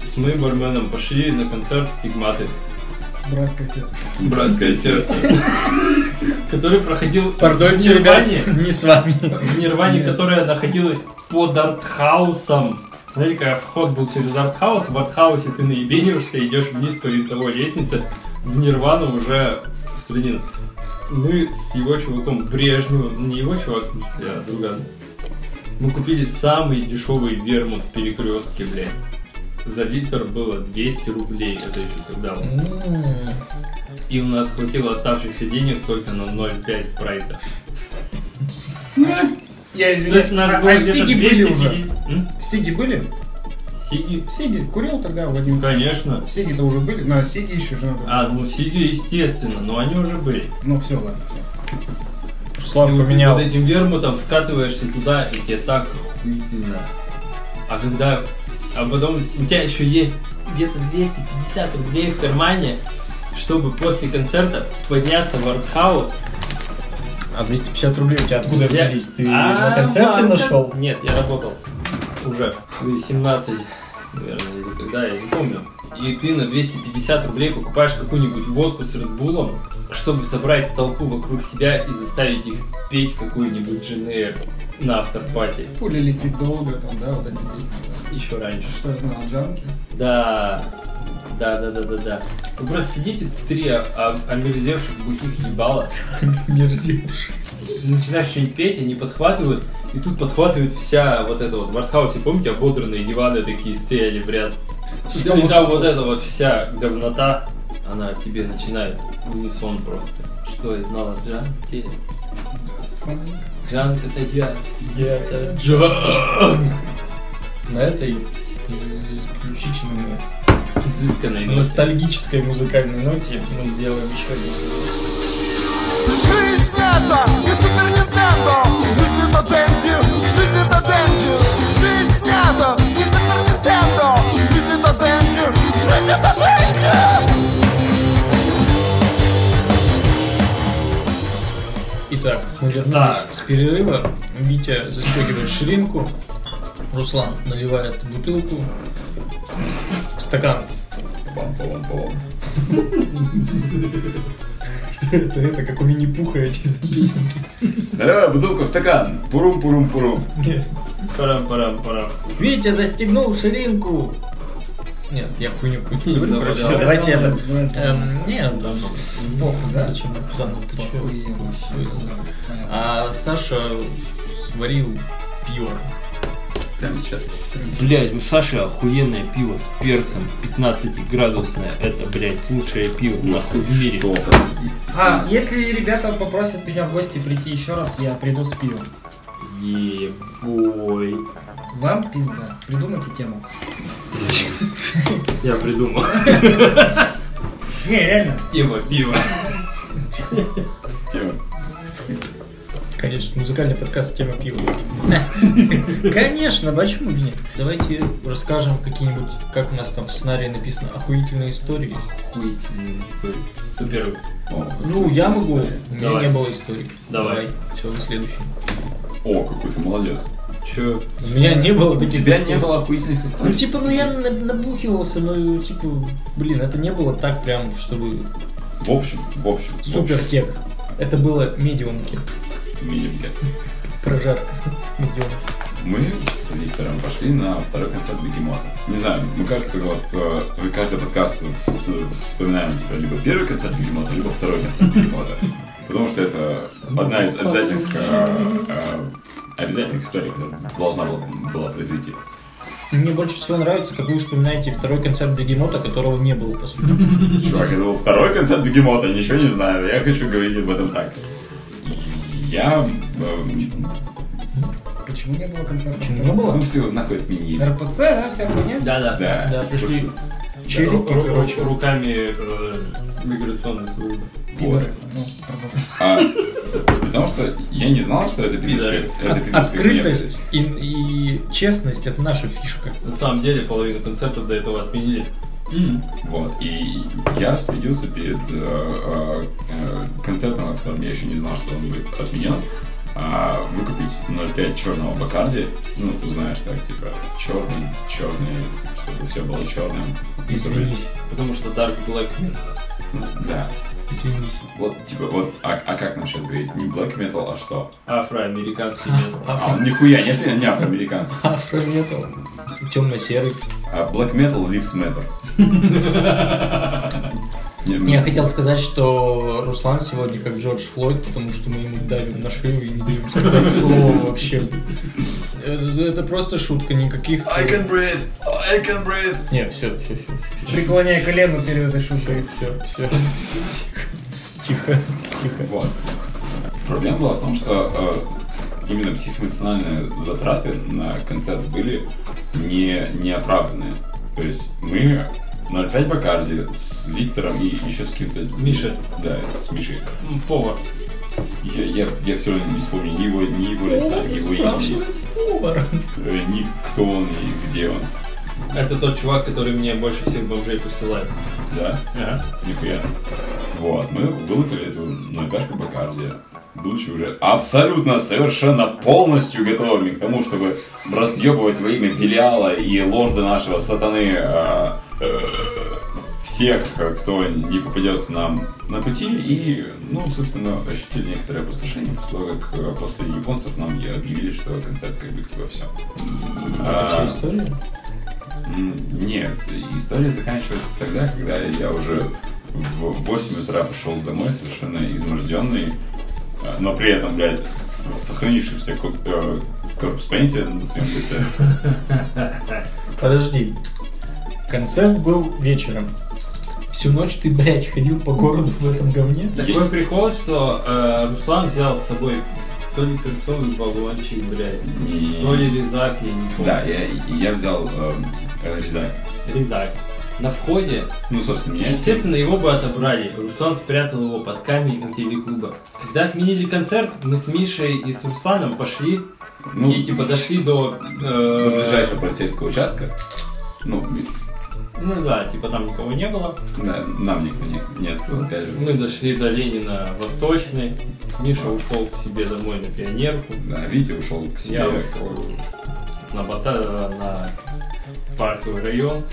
S5: с моим барменом пошли на концерт стигматы,
S3: Братское сердце.
S2: Братское сердце.
S5: который проходил
S1: Пардонте,
S5: в
S1: ребят,
S5: Нирване,
S1: не с вами.
S5: в Нирване, которая находилась под артхаусом. Знаете, когда вход был через артхаус, в артхаусе ты наебениваешься, идешь вниз по винтовой лестнице, в Нирвану уже в Средин. Мы с его чуваком Брежневым, не его чувак, в смысле, а друган, мы купили самый дешевый вермут в перекрестке, блядь. За литр было 200 рублей, это еще когда он. И у нас хватило оставшихся денег только на 0,5 спрайта.
S3: Я
S5: То есть у нас
S3: а,
S5: было
S3: а
S5: где-то
S3: сиги были уже?
S5: 250. М?
S3: Сиги были?
S5: Сиги?
S3: Сиги курил тогда в один
S5: Конечно.
S3: Сиги-то уже были? На, сиги еще же надо.
S5: А, ну сиги, естественно, но они уже были.
S3: Ну все, ладно. всё.
S1: Руслан
S5: и вот
S1: поменял.
S5: под этим вермутом вкатываешься туда, и тебе так охуительно. А когда... А потом у тебя еще есть где-то 250 рублей в кармане, чтобы после концерта подняться в артхаус.
S1: А 250 рублей у тебя откуда
S5: взять-
S1: взялись? Ты
S5: А,
S1: на концерте
S5: банка.
S1: нашел?
S5: Нет, я работал уже в 17, наверное, или когда, я не помню. И ты на 250 рублей покупаешь какую-нибудь водку с Редбулом, чтобы собрать толпу вокруг себя и заставить их петь какую-нибудь дженейр на автопате.
S3: Пуля летит долго, там, да, вот эти песни. да.
S5: Еще раньше.
S3: Что я знал, джанки.
S5: Да, да, да, да, да, да. Вы просто сидите три а- а- омерзевших бухих ебала. Начинаешь что-нибудь петь, они подхватывают, и тут подхватывает вся вот эта вот в артхаусе, помните, ободранные диваны такие стояли в ряд. И там, и там вот эта вот вся говнота, она тебе начинает в унисон просто. Что я знала, Джанки? Джанк это я, я
S1: э,
S5: это Джанк.
S1: На этой исключительной
S5: Изысканной ноте.
S1: ностальгической музыкальной ноте мы сделаем еще один.
S9: Жизнь это не супер Нинтендо Жизнь это Дэнди, жизнь это Дэнди Жизнь это не супер Нинтендо Жизнь это Дэнди, жизнь это Дэнди
S1: Итак, мы вернулись с перерыва. Витя застегивает ширинку. Руслан наливает бутылку в стакан.
S2: Пам-пам-пам.
S1: Это, это как у Винни-Пуха эти песенки.
S2: Наливай бутылку в стакан. Пурум-пурум-пурум.
S5: Парам-парам-парам.
S1: Витя застегнул ширинку. Нет, я хуйню крутил.
S5: Ну,
S1: Короче,
S5: давай,
S1: всё, давайте
S3: давай,
S1: это.
S3: давай, давай.
S1: Эм, Нет, да, ну, похуй, да? Зачем заново? Ты чё?
S3: Охуенно.
S1: А Саша сварил пиво.
S2: Прямо сейчас.
S5: Блять, у Саши охуенное пиво с перцем 15 градусное. Это, блять, лучшее пиво нахуй в мире.
S2: Что?
S3: А, если ребята попросят меня в гости прийти еще раз, я приду с пивом.
S5: Ебой.
S3: Вам пизда. Придумайте тему.
S5: Я придумал. <laughs>
S3: Не, реально.
S5: Тема пива.
S2: Тема.
S1: Конечно, музыкальный подкаст тема пива. Конечно, почему бы нет? Давайте расскажем какие-нибудь, как у нас там в сценарии написано, охуительные истории.
S5: Охуительная история. Кто первый?
S2: О,
S1: Ну, я могу. У меня
S5: Давай.
S1: не было истории.
S5: Давай.
S1: Все, вы следующий.
S2: О, какой ты молодец.
S5: Чё?
S1: У меня не было таких историй.
S2: охуительных
S1: Ну, типа, ну я на- набухивался, но, типа, блин, это не было так прям, чтобы
S2: В общем, в общем. в
S1: супер кек. Это было медиум кек,
S2: общем, миленько.
S1: прожарка. Медиум.
S2: Мы с Виктором пошли на второй концерт Бегемота. Не знаю, мне кажется, вот э, вы каждый подкаст вс- вспоминаем типа, либо первый концерт Бегемота, либо второй концерт Бегемота. Потому что это одна из обязательных, э, э, обязательных историй, которая должна была, была произойти.
S1: Мне больше всего нравится, как вы вспоминаете второй концерт Бегемота, которого не было, по сути.
S2: Чувак, это был второй концерт Бегемота, ничего не знаю, я хочу говорить об этом так. Я... эм,
S3: Почему не было концерта?
S1: Почему не было?
S2: Ну все, нахуй отменили.
S3: РПЦ, да, вся хуйня?
S5: Да-да.
S2: Да.
S1: Да, пришли.
S2: Просто-
S3: Черепки,
S5: Ру- ру-
S3: короче.
S5: Руками э, миграционной службы.
S2: Вот.
S3: Пидоры. Ну, продолжай.
S2: А, потому что я не знал, что это переписка. Это переписка
S1: Открытость и, и честность это наша фишка.
S5: На самом деле половину концертов до этого отменили.
S2: Вот. И я распорядился перед э, э, э, концертом, о котором я еще не знал, что он будет отменен, а, выкупить 0,5 черного Бакарди. Ну, ты знаешь, так, типа, черный, черный, чтобы все было черным.
S1: Извинись,
S5: Потому что Dark Black Metal.
S2: Да.
S1: извинись.
S2: Вот, типа, вот, а, а как нам сейчас говорить? Не black metal, а что?
S1: <laughs>
S5: Афроамериканский метал.
S2: А, он нихуя не, не афроамериканцы.
S1: Афро-метал. Темно-серый.
S2: А black metal lives matter. Не, ну,
S1: Я хотел сказать, что Руслан сегодня как Джордж Флойд, потому что мы ему давим на шею и не даем сказать слово вообще. Это, это просто шутка, никаких...
S9: I can breathe, I can breathe.
S1: Не, все, все, все,
S3: Преклоняя колено перед этой шуткой.
S1: все, все. Тихо, тихо.
S2: Вот. Проблема была в том, что э, именно психоэмоциональные затраты на концерт были не, неоправданные. То есть мы 0,5 Бакарди с Виктором и еще с кем-то...
S5: Миша.
S2: Да, с Мишей.
S5: Ну, Повар.
S2: Я, я, я все равно не вспомню ни его, ни его лица, ни его имени, э, ни кто он и где он.
S5: Это тот чувак, который мне больше всех бомжей присылает.
S2: Да?
S5: Ага.
S2: Нихуя. Вот, мы вылокали эту нолькашку Бакарди, будучи уже абсолютно, совершенно полностью готовыми к тому, чтобы разъебывать во имя Белиала и лорда нашего сатаны э, э, всех, кто не попадется нам на пути, и, ну, собственно, ощутили некоторое опустошение после того, как э, после японцев нам и объявили, что концерт как бы типа А, все.
S1: Это вся история?
S2: М, Нет, история заканчивается тогда, когда я уже в 8 утра пошел домой совершенно изможденный, э, но при этом, блядь, с сохранившимся ко- э, корпус пейнте на своем лице.
S1: Подожди. Концерт был вечером. Всю ночь ты, блядь, ходил по городу в этом говне?
S5: Такой прикол, что э, Руслан взял с собой то ли перцовый баллончик, блядь,
S2: И-
S5: то ли резак, я не помню.
S2: Да, я, я взял эм, э, резак.
S5: Резак. На входе,
S2: Ну, собственно, меня...
S5: естественно, его бы отобрали. Руслан спрятал его под камень у телеклуба. Когда отменили концерт, мы с Мишей и с Русланом пошли
S2: Ну,
S5: и типа дошли до... э,
S2: до ближайшего полицейского участка. Ну,
S5: Ну да, типа там никого не было.
S2: да, нам никто не, не открыл, опять же.
S5: Мы дошли до Ленина Восточной. Миша ушел к себе домой на пионерку.
S2: Да, Витя ушел к себе.
S5: Я ушел на, Бата... на парковый район.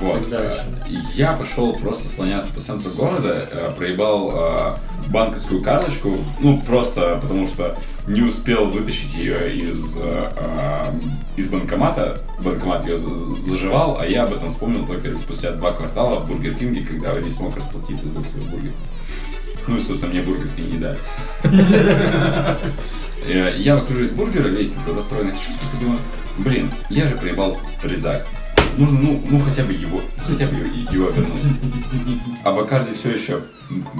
S2: Вот.
S5: Тогда еще.
S2: И Я пошел просто слоняться по центру города, э, проебал э, банковскую карточку, ну просто потому что не успел вытащить ее из, э, э, из банкомата, банкомат ее за- за- заживал, а я об этом вспомнил только спустя два квартала в Бургер Кинге, когда я не смог расплатиться за свой бургер. Ну и, собственно, мне бургер и не дали. <laughs> Э, Я выхожу из бургера, весь такой расстроенный, чувствую, думаю, блин, я же проебал резак. Нужно, ну, ну хотя бы его, хотя бы его, его вернуть. А Бакарди все еще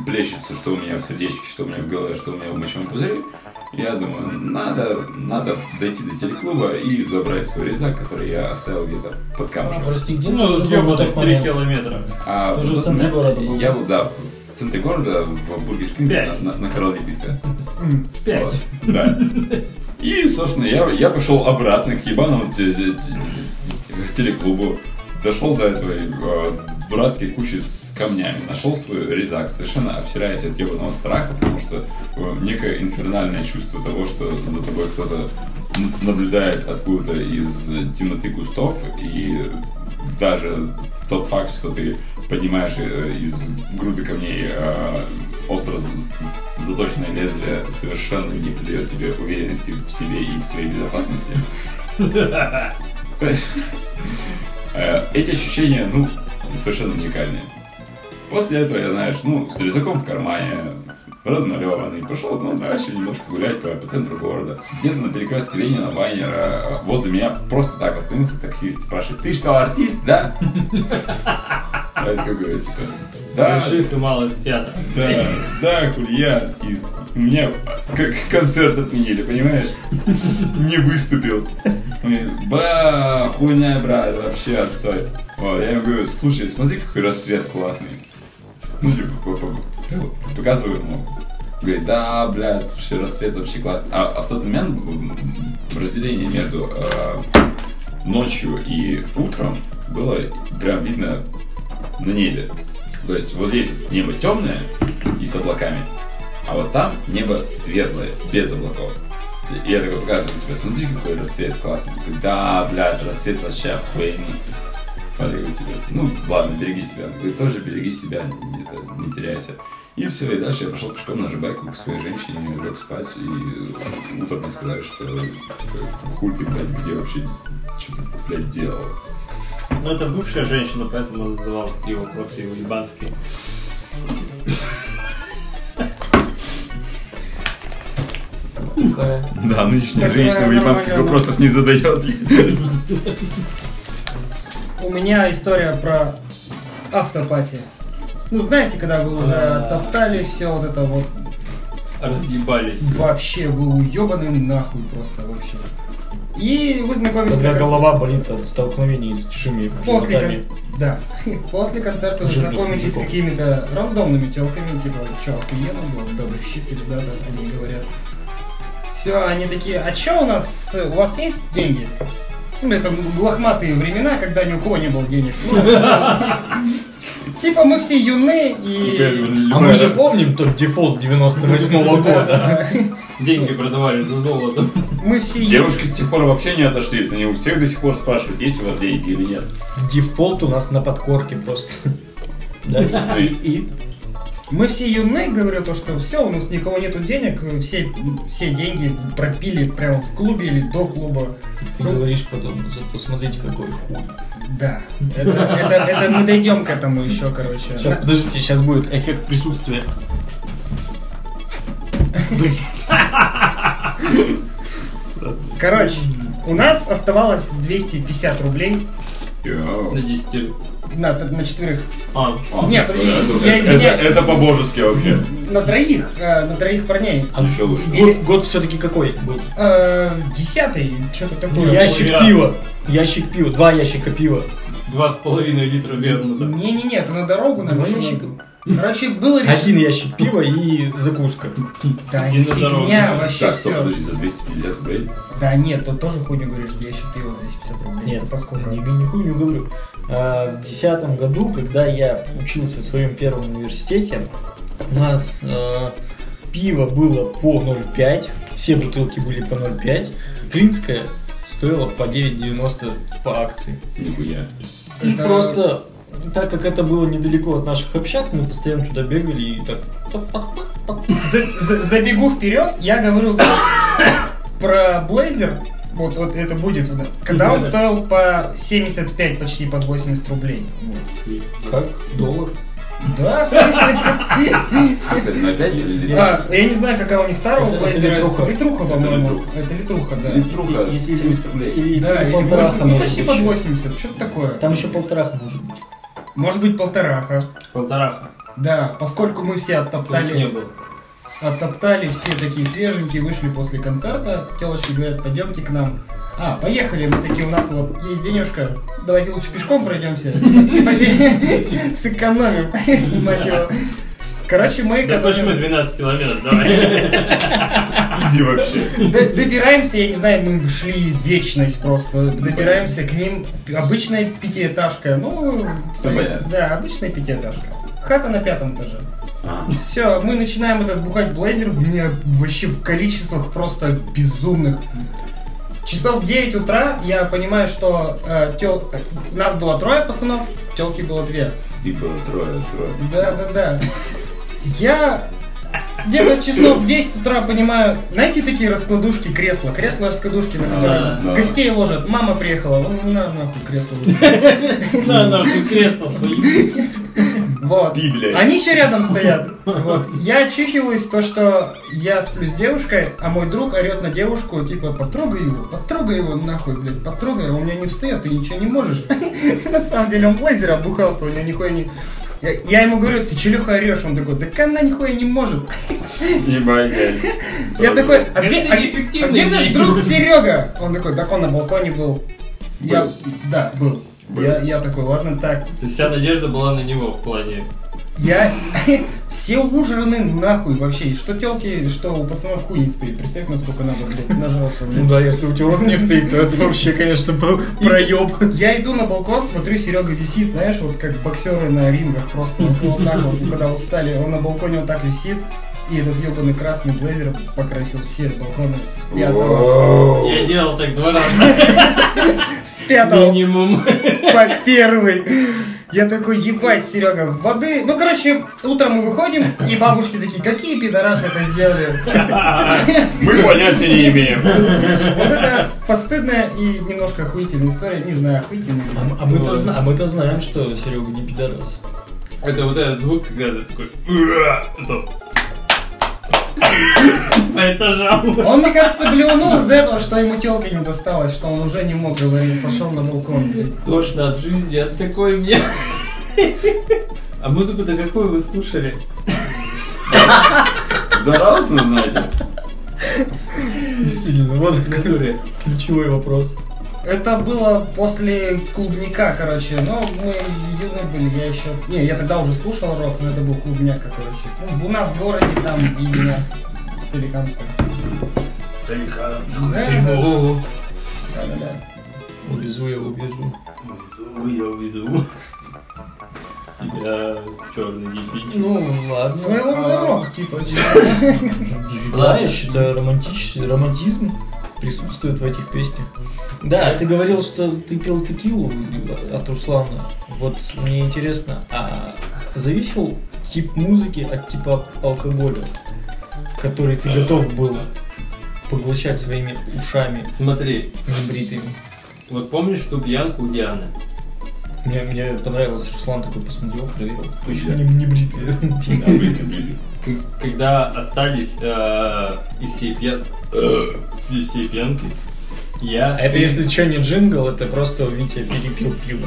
S2: плещется, что у меня в сердечке, что у меня в голове, что у меня в мочевом пузыре. Я думаю, надо, надо дойти до телеклуба и забрать свой резак, который я оставил где-то под камушком.
S1: Прости, где
S5: Ну,
S1: ты был в
S5: ёбаных
S1: тот
S5: 3
S1: момент?
S5: километра.
S2: А,
S1: Ты же в
S2: вот
S1: центре
S2: на-
S1: города был.
S2: Я был, да, в центре города, в Бургер Кинге,
S5: Пять.
S2: на, на, на Короле Питка.
S5: Пять.
S2: Вот, Да. И, собственно, я, я пошел обратно к ебаному те- те- те- телеклубу. Дошел до этого э, дурацкой кучи с камнями. Нашел свой резак, совершенно обсираясь от ебаного страха, потому что э, некое инфернальное чувство того, что за тобой кто-то н- наблюдает откуда-то из темноты кустов, и даже тот факт, что ты поднимаешь э, из груды камней э, остро з- з- заточенное лезвие, совершенно не придает тебе уверенности в себе и в своей безопасности. Э, Эти ощущения, ну, совершенно уникальные. После этого я, знаешь, ну, с рюкзаком в кармане, размалеванный, пошел, ну, дальше немножко гулять по, по центру города. Где-то на перекрестке Ленина, Вайнера, э, возле меня просто так <laughs> остановился таксист, спрашивает, ты что, артист, да? А Я такой, говорю, типа, Да.
S5: больших и малых театров.
S2: Да, да, Куль, я артист. У меня как концерт отменили, понимаешь? Не выступил. Мне, Бра, хуйня, брат, вообще отстой. Вот, я ему говорю, слушай, смотри, какой рассвет классный. Ну, типа, по- по- показываю ему. Говорит, да, блядь, слушай, рассвет вообще классный. А, а в тот момент м, разделение между э, ночью и утром было прям видно на небе. То есть вот здесь небо темное и с облаками, а вот там небо светлое, без облаков. И я такой показываю тебе, смотри, какой рассвет классный. Такой, да, блядь, рассвет вообще охуенный. Я говорю тебе, ну ладно, береги себя. Он говорит, тоже береги себя, не, это, не теряйся. И все, и дальше я пошел пешком на жбайку к своей женщине, лег спать, и утром мне сказали, что типа, хуй ты, блядь, где вообще, что ты, блядь, делал.
S5: Ну, это бывшая женщина, поэтому он задавал такие вопросы его ебанские.
S2: Да, нынешняя
S3: Такая
S2: женщина
S3: нормальная.
S2: ебанских вопросов не задает.
S3: У меня история про автопати. Ну, знаете, когда вы уже
S1: А.
S3: топтали все вот это вот,
S5: Разъебались.
S3: вообще вы уебаны нахуй просто вообще. И вы знакомитесь
S1: Когда
S3: на концерте.
S1: голова болит от столкновений с чужими
S3: После, кон-
S1: животами.
S3: да. <laughs> После концерта вы
S1: Жирных
S3: знакомитесь с
S1: мужиков.
S3: какими-то рандомными телками, типа, чё, охуенно было, добрый щит, пиздата, они говорят. Все, они такие, а чё у нас, э, у вас есть деньги? Ну, это лохматые времена, когда ни у кого не было денег. Ну, <laughs> Типа мы все юны и...
S1: А мы же помним тот дефолт 98 года.
S5: Деньги продавали за золото.
S3: Мы все юны.
S2: Девушки с тех пор вообще не отошли. Они у всех до сих пор спрашивают, есть у вас деньги или нет.
S1: Дефолт у нас на подкорке просто. <laughs> Да.
S2: И-
S1: И
S3: Мы все юны, говорю то, что все, у нас никого нету денег, э, все, все деньги пропили прямо в клубе или до клуба.
S1: ты говоришь потом, зато смотрите какой хуй.
S3: Да. Это, это, это мы дойдем к этому еще, короче.
S1: Сейчас, подождите, сейчас будет эффект присутствия.
S3: Короче, у нас оставалось 250 рублей
S2: Йоу.
S5: На 10 рублей.
S3: на, на четверых.
S5: А,
S2: А,
S3: Не,
S2: это-
S3: подожди,
S2: это-
S3: я
S2: это-
S3: извиняюсь.
S2: Это по-божески вообще.
S3: На троих, э, на троих парней.
S2: Еще лучше.
S3: Или-
S1: Год, год все-таки какой был?
S3: Э, десятый, что-то такое.
S1: Ну, Ящик
S5: я-
S1: пива. Ящик пива, два ящика пива.
S5: два с половиной литра верно.
S3: Не-не-не, это на дорогу, на
S1: Два
S3: машину. Короче, было решено.
S1: Один ящик пива и закуска.
S3: Да,
S5: Один на дорогу.
S3: фигня, вообще
S2: Так, стоп,
S3: все.
S2: подожди, за 250 рублей.
S3: Да нет, тут тоже хуйню говоришь, я еще пиво 250 рублей.
S1: Нет,
S3: Это поскольку.
S1: не, не хуйню говорю. А, в десятом году, когда я учился в своем первом университете, у нас э, пиво было по 0,5, все бутылки были по 0,5, клинское стоило по 9,90 по акции.
S3: <laughs>
S2: Нихуя.
S1: И
S3: Это-
S1: просто, так как это было недалеко от наших общак, мы постоянно туда бегали и так... пак-пак-пак-пак.
S3: За- за- забегу вперед, я говорю <coughs> про Блейзер. Вот, вот это будет. вот это. Когда он
S1: Да.
S3: стоил по 75, почти под 80 рублей.
S1: Как доллар?
S3: Да?
S2: <laughs> А, Кстати, на 5 или литр?
S3: А, Я не знаю, какая у них второго
S1: Это- это
S3: Блейзера.
S1: литруха.
S3: Литруха,
S2: Это
S3: по-моему.
S2: литруха.
S3: Это литруха, да.
S2: Литруха,
S1: И- и-
S2: 70 рублей.
S1: Или
S3: Да, или
S1: полтораха,
S3: 80, ну,
S1: может
S3: почти
S1: быть,
S3: под
S1: еще.
S3: 80, что-то такое.
S1: Там еще полтораха может быть.
S3: Может быть полтораха.
S5: Полтора.
S3: Да, поскольку мы все
S5: Тут не
S3: оттоптали,
S5: было.
S3: оттоптали, все такие свеженькие, вышли после концерта, телочки говорят, пойдемте к нам. А, поехали, мы такие, у нас вот есть денежка, давайте лучше пешком пройдемся, сэкономим, <laughs> мать его. Короче, мы
S5: Да почему
S3: экономим.
S5: 12 километров, давай. <laughs>
S2: Изи вообще.
S3: Д- Добираемся, я не знаю, мы шли вечность просто. Добираемся к ним. Обычная пятиэтажка. Ну,
S2: понятно.
S3: да, обычная пятиэтажка. Хата на пятом этаже.
S2: А.
S3: Все, мы начинаем этот бухать блейзер в не- вообще в количествах просто безумных. Часов в 9 утра я понимаю, что э, тел- э, нас было трое пацанов, телки было две.
S2: И было Типа трое, трое.
S3: Да, да, да. Я где-то часов в 10 утра понимаю, знаете такие раскладушки кресла, кресла раскладушки, на
S5: Да,
S3: которые
S2: А, да.
S3: гостей ложат. Мама приехала, «Ну, на нахуй кресло.
S2: <laughs>
S5: На, нахуй кресло. поеб-
S3: Вот.
S2: Спи, блядь.
S3: Они еще рядом стоят. Вот. Я очихиваюсь, то, что я сплю с девушкой, а мой друг орет на девушку, типа, потрогай его, потрогай его, нахуй, блядь, а <laughs> потрогай, он у меня не встает, ты ничего не можешь. На самом деле он блейзер обухался, у него нихуя не... Я, я ему говорю, ты челюха орешь? Он такой, да она нихуя не может.
S2: Ебать, блядь.
S3: Я
S2: Тоже.
S3: такой, а где,
S5: Это
S3: а-
S5: неэффективный
S3: а где наш
S5: гид.
S3: друг Серега? Он такой, так он на балконе был. Я,
S2: Был.
S3: да, был.
S2: Был.
S3: Я, я такой, ладно, так.
S5: То есть вся надежда была на него в плане.
S3: Я <laughs> все ужраны нахуй вообще. И Что телки, что у пацанов хуй не стоит. Представь, насколько надо блядь, нажраться. блядь.
S1: Ну да, если у тебя он не стоит, то это вообще, конечно, про- проеб.
S3: Я иду на балкон, смотрю, Серега висит, знаешь, вот как боксеры на рингах просто. Вот, вот так вот, когда устали, он на балконе вот так висит. И этот ебаный красный блейзер покрасил все балконы с пятого,
S5: Я делал так два раза
S3: с
S5: <laughs>
S3: пятого
S5: минимум.
S3: по первый. Я такой, ебать, Серега, воды. Ну, короче, утром мы выходим, и бабушки такие, какие пидорасы это сделали.
S2: Мы понятия не имеем.
S3: Вот это постыдная и немножко охуительная история. Не знаю, охуительная. или
S1: А,
S3: нет.
S1: м- а мы-то, зна- а мы-то знаем, что Серега не пидорас.
S5: Это вот этот звук, когда ты такой. «Ура!» Это- Это <laughs> жал.
S3: Он, мне кажется, блюнул из этого, что ему телка не досталась, что он уже не мог говорить, пошел на балкон. блядь.
S5: Точно от жизни, от такой мне. А музыку-то какую вы слушали?
S2: Да разно, знаете.
S1: Действительно, вот
S5: В натуре.
S1: ключевой вопрос.
S3: Это было после клубника, короче. Но мы юные были, я еще... Не, я тогда уже слушал рок, но это был клубняк, короче. Ну, у нас в городе там видимо, Соликамска.
S5: Ух ты, о,
S3: Да-да-да.
S1: Увезу я, увезу.
S5: Увезу, я увезу. Тебя черный дебиль.
S1: Ну, ладно.
S3: Своего
S1: А,
S3: рода рок,
S1: <laughs>
S3: типа.
S1: Да, я считаю, романтический романтизм присутствует в этих песнях. Да, ты говорил, что ты пил текилу от Руслана. Вот мне интересно, а зависел тип музыки от типа алкоголя, который ты готов был поглощать своими ушами
S5: Смотри,
S1: небритыми?
S5: вот помнишь ту пьянку у Дианы?
S1: Мне, мне понравилось, Руслан такой посмотрел, проверил.
S2: Точно.
S1: Не, небритые.
S2: Да, блин, блин.
S5: К- Когда остались э, из всей <coughs> пьян- из всей пьянки, я...
S1: А Это если что, не джингл, это просто Витя перепил пиво.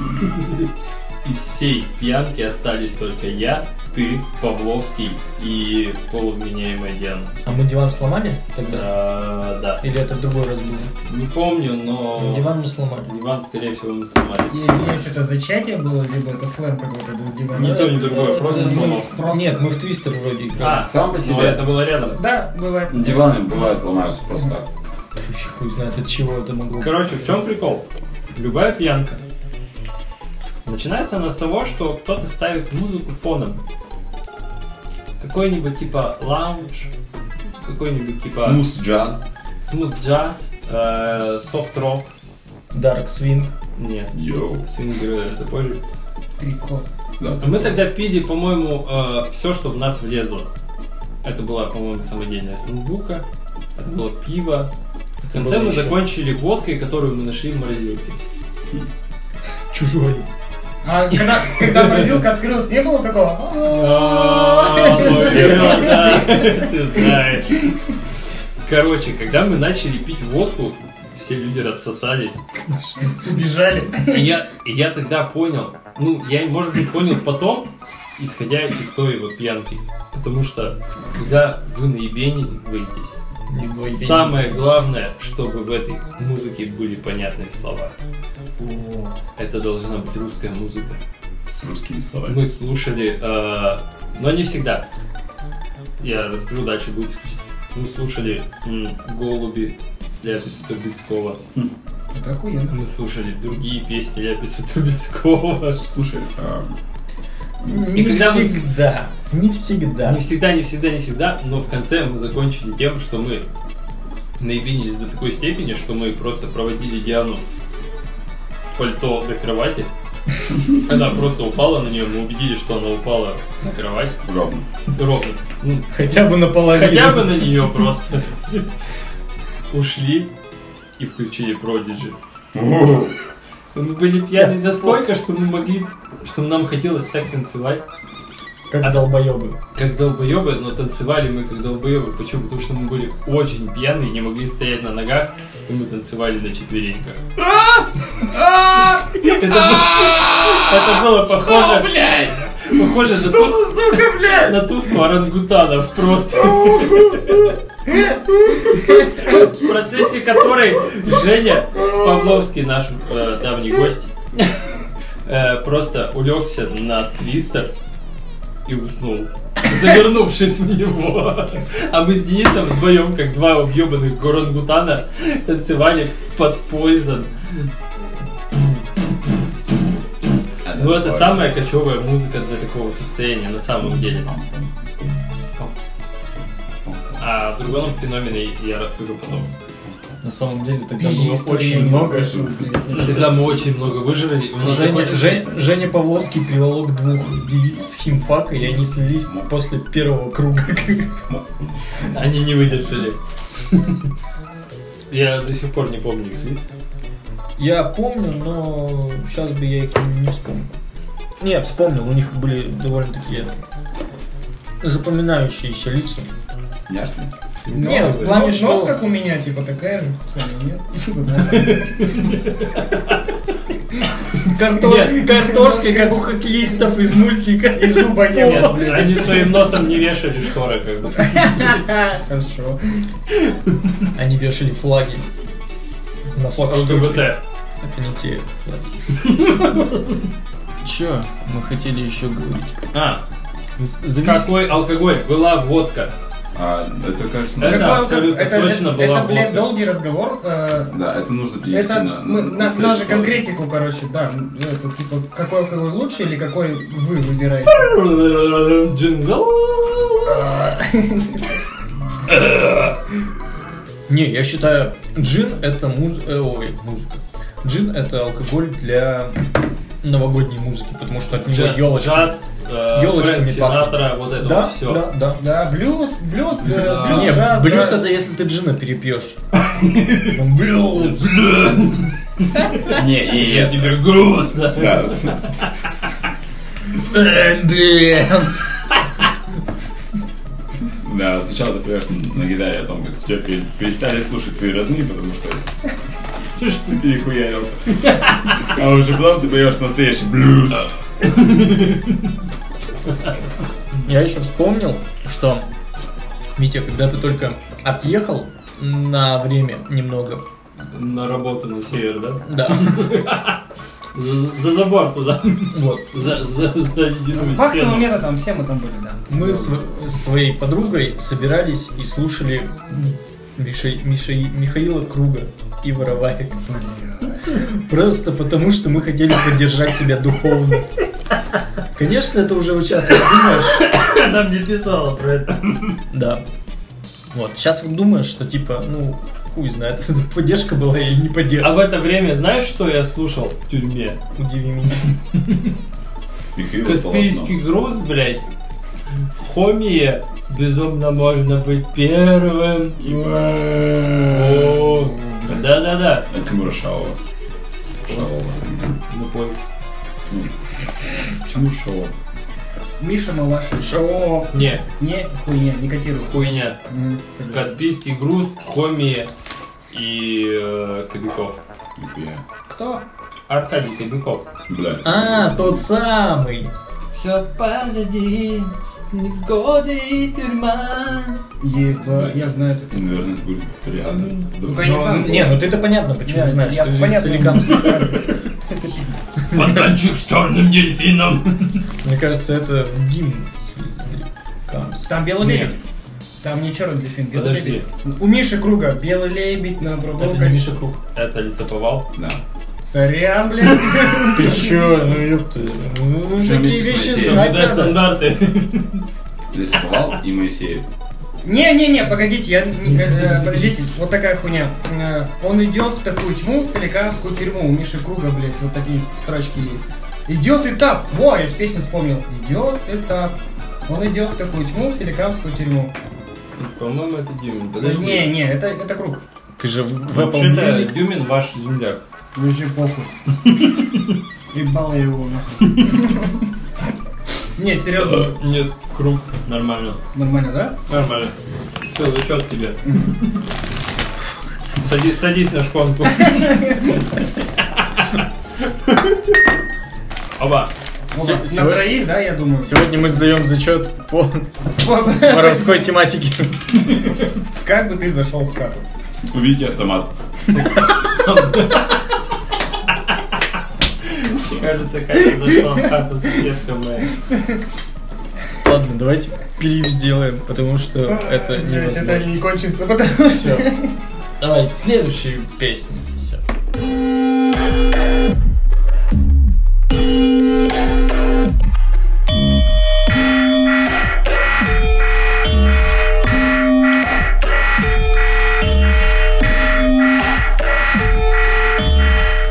S5: Из всей пьянки остались только я, ты, Павловский и полувменяемая Диана.
S1: А мы диван сломали тогда?
S5: Э, да.
S1: Или это в другой раз было?
S5: Не помню, но...
S1: Диван мы сломали.
S5: Диван, скорее всего, мы сломали.
S3: Я извиняюсь, это зачатие было, либо это слэм какой-то был с
S5: Ни
S3: дивана.
S5: то, ни другое,
S1: Э,
S5: просто
S1: э,
S5: сломался.
S3: Просто-
S1: Нет, мы в твистер вроде играли.
S5: А,
S2: Сам по
S5: ну
S2: себе.
S5: это было рядом.
S3: Да, бывает.
S2: Диваны бывают ломаются просто так.
S1: Вообще хуй знает, от чего это могло быть.
S5: Короче, в чем прикол? Любая пьянка. Начинается она с того, что кто-то ставит музыку фоном. Какой-нибудь типа лаунж, какой-нибудь типа
S2: Смус джаз.
S5: смуз джаз, э, софт рок.
S1: Dark Swing.
S5: Нет,
S2: Йоу.
S5: свинг это позже.
S3: Прикол.
S2: Да,
S5: Мы тогда пили, по-моему, все, что в нас влезло. Это была, по-моему, самодельная ноутбука, это было пиво. В конце
S1: было
S5: мы
S1: ещё.
S5: закончили водкой, которую мы нашли в морозилке.
S1: Чужой.
S3: А когда, когда морозилка открылась, не было такого?
S5: А,
S3: <laughs>
S5: Да, Ты знаешь. Короче, когда мы начали пить водку, все люди рассосались.
S3: Убежали.
S5: И я, и я тогда понял, ну, я, может быть, понял потом, исходя из той вот пьянки. Потому что, когда вы наебенитесь, самое главное, чтобы в этой музыке были понятные слова. Это должна быть русская музыка.
S2: с русскими словами.
S5: Мы слушали, э, но не всегда. Я расскажу дальше, будет исключение. Мы слушали м, «Голуби» Ляписа Трубецкого.
S3: Это охуенно.
S5: Мы слушали другие песни Ляписа Трубецкого.
S2: Э, Слушай, а,
S1: Не
S5: когда мы-
S1: всегда. Не всегда.
S5: Не всегда, не всегда, не всегда, но в конце мы закончили тем, что мы наебинились до такой степени, что мы просто проводили Диану в пальто до кровати. Она просто упала на нее, мы убедились, что она упала на кровать
S2: ровно.
S5: ровно. Ну,
S1: Хотя бы наполовину.
S5: Хотя бы на нее просто. Ушли и включили продиджи.
S2: О,
S5: Мы были пьяны настолько, что мы могли, что нам хотелось так танцевать,
S1: Как долбоебы.
S5: как долбоебы, но танцевали мы как долбоебы. Почему? Потому что мы были очень пьяны и не могли стоять на ногах, и мы танцевали на четвереньках. А! Это было похоже... Похоже на ту... сука, блядь? На тусу орангутанов просто. В процессе которой Женя Павловский, наш э, давний гость, э, просто улегся на твистер и уснул. Завернувшись в него. А мы с Денисом вдвоем, как два объебанных горангутана, танцевали под Poison. Ну это самая кочевая музыка для такого состояния на самом деле. А в другом феномене я расскажу потом.
S1: На самом деле тогда
S3: Пизжи
S1: было очень много.
S5: Тогда мы очень много выжрали. и у нас
S1: Женя,
S5: закончился-
S1: Жень- Женя Павловский приволок двух девиц с химфака, и они слились после первого круга. <laughs>
S5: Они не выдержали. Я до сих пор не помню их лиц.
S1: Я помню, но сейчас бы я их не вспомнил. Не, вспомнил, у них были довольно такие запоминающиеся лица.
S2: Ясно.
S1: Нет, в плане,
S3: Нос,
S1: что-
S3: нос как у меня, типа такая же. хуйня, Нет, <laughs> Типа, да.
S1: Картошки, картошки, как у хоккеистов из мультика.
S3: И зуба не
S5: Нет,
S3: было.
S5: они своим носом не вешали шторы, как бы.
S3: Хорошо.
S1: Они вешали флаги. На флаг штуки.
S5: ЛГБТ.
S1: А Это не те флаги. Че? Мы хотели еще говорить.
S5: А,
S1: Завис...
S5: какой алкоголь? Была водка.
S2: А, это кажется,
S5: Это
S2: надо-
S5: абсолютно
S3: это,
S5: точно
S3: это,
S5: была
S3: это, блядь,
S5: водка.
S3: долгий разговор. э,
S2: Да, это нужно перевести
S3: Это
S2: на...
S3: мы,
S2: на-
S3: на-
S2: на
S3: надо
S2: следующий
S3: конкретику, короче, да. Это, типа, какой алкоголь лучше или какой вы выбираете?
S5: Джингл.
S1: Не, я считаю, джин это муз... э, ой, музыка. Джин это алкоголь для новогодней музыки, потому что от него
S5: Джа-
S1: елочка.
S5: Джаз. э,
S1: Елочками
S5: Фрэнк
S1: пахнет.
S5: Синатра, вот это
S1: да,
S5: вот все.
S1: да, да.
S3: Да, блюз, блюз, э,
S5: Да.
S3: блюз,
S1: Не,
S3: джаз,
S1: блюз
S3: да.
S1: это если ты джина
S5: <laughs>
S1: перепьешь. Он Блюз.
S2: Не, и
S5: Я тебе грустно.
S2: Да,
S1: Эмбиент.
S2: да, сначала ты поешь на гитаре о том, как тебя пере- перестали слушать твои родные, потому что <laughs> что ж ты перехуярился. А уже потом ты поешь настоящий блюз.
S1: Я еще вспомнил, что Митя, когда ты только отъехал на время немного,
S5: На работу на север, да?
S1: да, <laughs>
S5: За, за забор туда.
S1: вот,
S5: За, за, за ледяную
S3: Вахтового
S5: стену.
S3: методом все мы там были, да.
S1: мы с, с твоей подругой собирались и слушали Миша- Миша- Михаила Круга и Вороваек. Просто потому, что мы хотели поддержать тебя духовно. Конечно, это уже вот сейчас вот думаешь,
S5: Она мне писала про это.
S1: Да. Вот, сейчас вот думаешь, что типа, ну, хуй знает, <laughs> поддержка была или не
S5: А
S1: поддержка.
S5: в это время знаешь, что я слушал в тюрьме?
S1: А, Удиви меня.
S2: Михаил
S5: Каспийский груз, блядь. Хомия. Безумно можно быть первым. О, Да-да-да.
S2: Соловьев. А Тимура Шаова. Шаова.
S5: Ну, понял.
S2: Почему Шаова?
S3: Миша Малашин. Шоу.
S5: Не,
S3: Не, хуйня, не котируется.
S5: хуйня.
S3: М, согласен.
S5: Каспийский груз, Хомия и э, Кобяков.
S2: Нихуя.
S3: Кто?
S5: Аркадий Кобяков.
S2: Бля.
S1: А, тот самый.
S5: Все позади, невзгоды и тюрьма.
S3: Еба, я знаю это.
S2: Наверное, будет реально. Да.
S3: Конечно.
S1: Не, ну ты-то понятно, почему
S3: Я-
S1: знаешь.
S3: я-
S1: ты же
S3: понятно.
S1: соликамский.
S3: Это пиздец.
S5: Фонтанчик с черным дельфином.
S1: Мне кажется, это гимн. Соликамск.
S3: Там белый
S5: Нет.
S3: лебедь. Там не черный дельфин, белый
S5: Подожди.
S3: лебедь. У Миши Круга белый лебедь на
S1: Это
S3: пробовке.
S1: не Миша Круг.
S5: Это лесоповал.
S2: Да.
S3: Сорян, блядь.
S1: Ты чё, ну ёпты. Ну,
S2: Чё,
S1: такие
S2: вместе с
S1: вещи
S2: Моисеем?
S1: знать
S5: Соблюдай
S1: надо.
S5: стандарты.
S2: Лесоповал и Моисеев.
S3: Не-не-не, погодите, я... не- э, Подождите, вот такая хуйня. Э, Он идет в такую тьму, в соликамскую тюрьму. У Миши Круга, блядь, вот такие строчки есть. Идет этап. Во, я с песню вспомнил. Идет этап. Он идет в такую тьму, в соликамскую тюрьму.
S5: По-моему, это Дюмин.
S3: Не, не, это, это круг.
S1: Ты же в Apple
S5: Вообще-то
S1: Music.
S5: Дюмин ваш земляк.
S3: Вообще похуй. <laughs> Ебал я его Не, серьезно,
S5: Нет, круг. Нормально.
S3: нормально, да?
S5: Нормально. Все, зачет <laughs> тебе. Садись, садись на <laughs> шпонку. Оба.
S3: Вот,
S1: Се-
S3: на
S1: сегодня-
S3: троих, да, я думаю.
S1: Сегодня мы сдаем зачет по
S3: <laughs> Вот.
S1: воровской тематике.
S3: Как бы ты зашел в хату?
S2: Увидите автомат.
S6: Кажется, Катя зашла в хату с девкой моей.
S1: Ладно, давайте перерыв сделаем, потому что это
S3: Блядь,
S1: невозможно.
S3: это не кончится, потому что...
S1: Давайте, следующая песня. Все.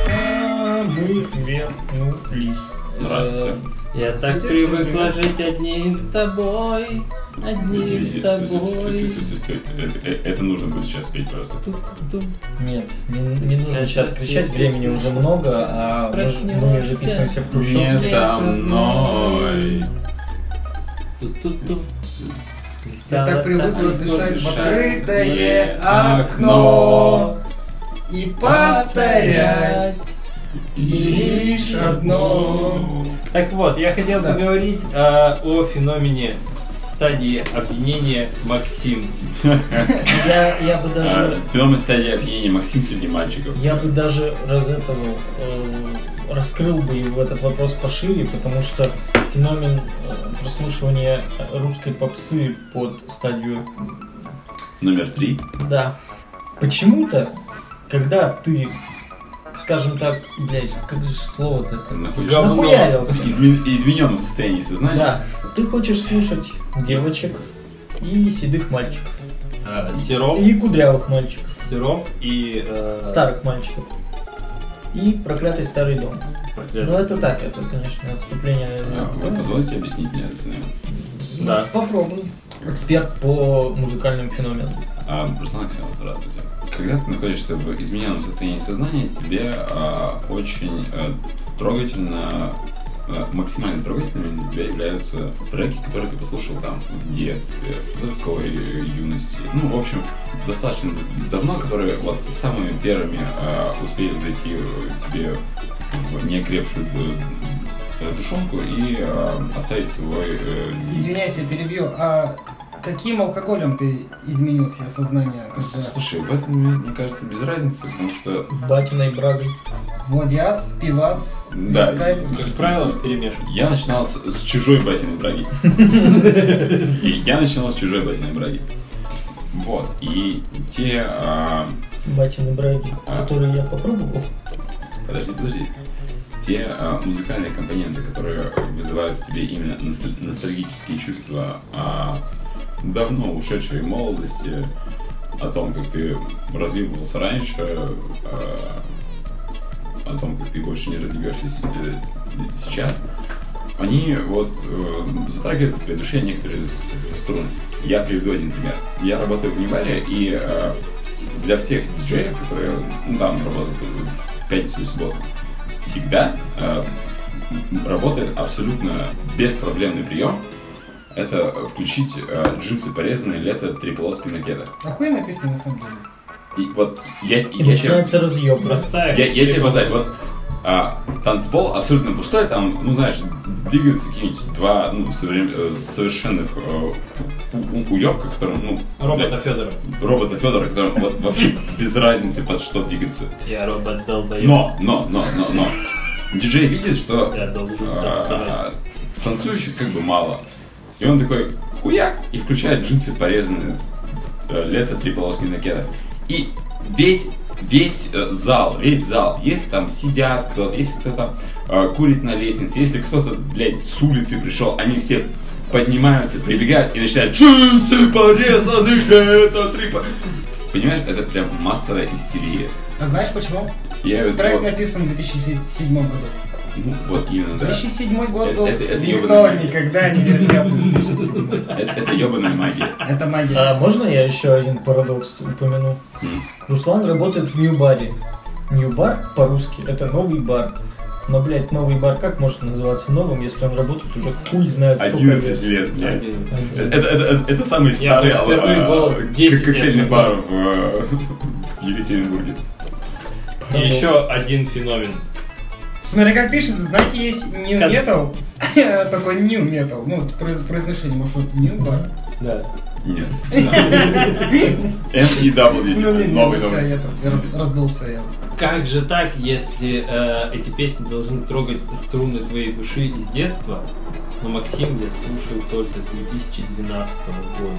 S3: Мы вернулись.
S2: Здравствуйте.
S5: Я так привыкла жить одним тобой, одним
S2: Извините, стой, стой, стой,
S5: тобой.
S2: стой, стой, стой, стой. Это- э- Это нужно будет сейчас петь просто.
S5: Ту-ту.
S1: Нет, не, не нужно сейчас кричать, времени уже много, а мы, же- мы записываемся в
S2: Не
S1: Хрущевке.
S2: со мной.
S5: Ту-ту-ту.
S3: Я так привыкла
S5: Стало
S3: дышать в
S2: дышать
S3: открытое
S2: в
S3: окно и повторять
S5: повторять.
S3: лишь одно.
S2: Э,
S5: Так вот, я хотел
S3: Да.
S5: поговорить а, о феномене стадии опьянения Максим.
S1: Я, я бы
S2: А,
S1: даже,
S2: Феномен стадии опьянения Максим среди мальчиков.
S1: я бы даже раз этого э, раскрыл бы его этот вопрос пошире, потому что феномен э, прослушивания русской попсы под стадию
S2: Номер три.
S1: Да. Почему-то, когда ты, скажем так, блядь, как же слово-то? это? Нахуярился.
S2: Измененном состоянии сознания.
S1: Да, ты хочешь слушать девочек и седых мальчиков.
S5: А, сироп,
S1: И кудрявых мальчиков.
S5: сироп и... э,
S1: Старых мальчиков. И проклятый старый дом.
S5: проклятый.
S1: Ну это так, это, конечно, отступление.
S2: А, Вы позволите объяснить мне это? наверное?
S5: Да.
S1: Попробуй. Эксперт по музыкальным феноменам.
S2: А, Руслан Аксенов, здравствуйте. Когда ты находишься в измененном состоянии сознания, тебе а, очень э, трогательно, э, максимально трогательными для тебя являются треки, которые ты послушал там в детстве, в подростковой э, юности. Ну, в общем, достаточно давно, которые вот самыми первыми а, успели зайти э, тебе в некрепшую э, душонку и а, оставить свой... э,
S3: Извиняюсь, я перебью. А каким алкоголем ты изменил себе сознание?
S2: С- Слушай, в этом, мне кажется, без разницы, потому что
S1: Батиной брагой.
S3: Водяс, пивас,
S2: Да.
S3: вискарь?
S5: Как правило, в перемешку.
S2: Я начинал с, с чужой батиной браги. И Я начинал с чужой батиной браги. Вот, и те... а,
S1: Батиной браги,
S2: А.
S1: которые я попробовал.
S2: подожди, подожди. Те а, музыкальные компоненты, которые вызывают в тебе именно носталь- ностальгические чувства а, давно ушедшей молодости, о том, как ты разъебывался раньше, а, о том, как ты больше не разъебешься сейчас, они вот э, затрагивают в твоей душе некоторые с- струны. Я приведу один пример. Я работаю в Неваре, и э, для всех диджеев, которые ну, там работают в пятницу и субботу, всегда э, м, работает абсолютно беспроблемный прием. Это включить э, джинсы порезанные лето три полоски накида.
S3: Охуенная песня на самом деле.
S2: И вот я,
S1: И
S2: я тебе-
S1: начинается разъем.
S5: Простая.
S2: я, я тебе познать, вот а, танцпол абсолютно пустой, там, ну знаешь, двигаются какие-нибудь два ну, соврем- э, совершенных э, у- у- уёбка, которым, ну,
S5: Робота Федора.
S2: блядь, робота Федора, которым вот, вообще <laughs> без разницы под что двигаться.
S5: Я робот долбоёб.
S2: Но, но, но, но, но. Диджей видит, что
S5: Я должен танцевать.
S2: а, танцующих как бы мало. И он такой хуяк и включает джинсы порезанные. э, Лето три полоски накида. И весь весь э, зал, весь зал, если там сидят кто-то, если кто-то э, курит на лестнице, если кто-то, блядь, с улицы пришел, они все поднимаются, прибегают и начинают джинсы порезанных, лето три по-». Понимаешь, это прям массовая истерия.
S3: А знаешь почему?
S2: Я вот-
S3: Трек
S2: вот-
S3: написан в 2007 году.
S2: ну, вот именно, да.
S3: 2007 год
S2: Это-
S3: был...
S2: это- это
S3: Никто
S2: ёбаная магия.
S3: никогда не вернется в 2007.
S2: Это, Э, это ебаная магия.
S3: Это магия.
S1: А можно я еще один парадокс упомяну?
S2: М.
S1: Руслан работает в Нью-баре. Нью-бар по-русски это новый бар. Но, блядь, новый бар как может называться новым, если он работает уже хуй знает сколько лет?
S2: 11 лет, блядь.
S5: Один.
S2: Это, это, это, это самый
S5: Я
S2: старый
S5: в
S2: а,
S5: впервые
S2: а,
S5: был
S2: кок-
S5: 10 лет
S2: коктейльный
S5: назад.
S2: бар в, э, в Екатеринбурге.
S5: И еще один феномен.
S1: Парадокс.
S3: Смотря как пишется, знаете, есть new
S5: Кон-
S3: metal, <laughs> а такой new metal. Ну, вот произ- произношение, может, вот new,
S5: <laughs>
S3: да?
S5: Да.
S2: Нет. N и W,
S3: Ну,
S2: типа,
S3: блин,
S2: новый
S3: всё,
S2: дом.
S3: я там, я раз- раздулся я.
S5: Как же так, если э, эти песни должны трогать струны твоей души из детства? Но Максим я слушаю только с 2012 года.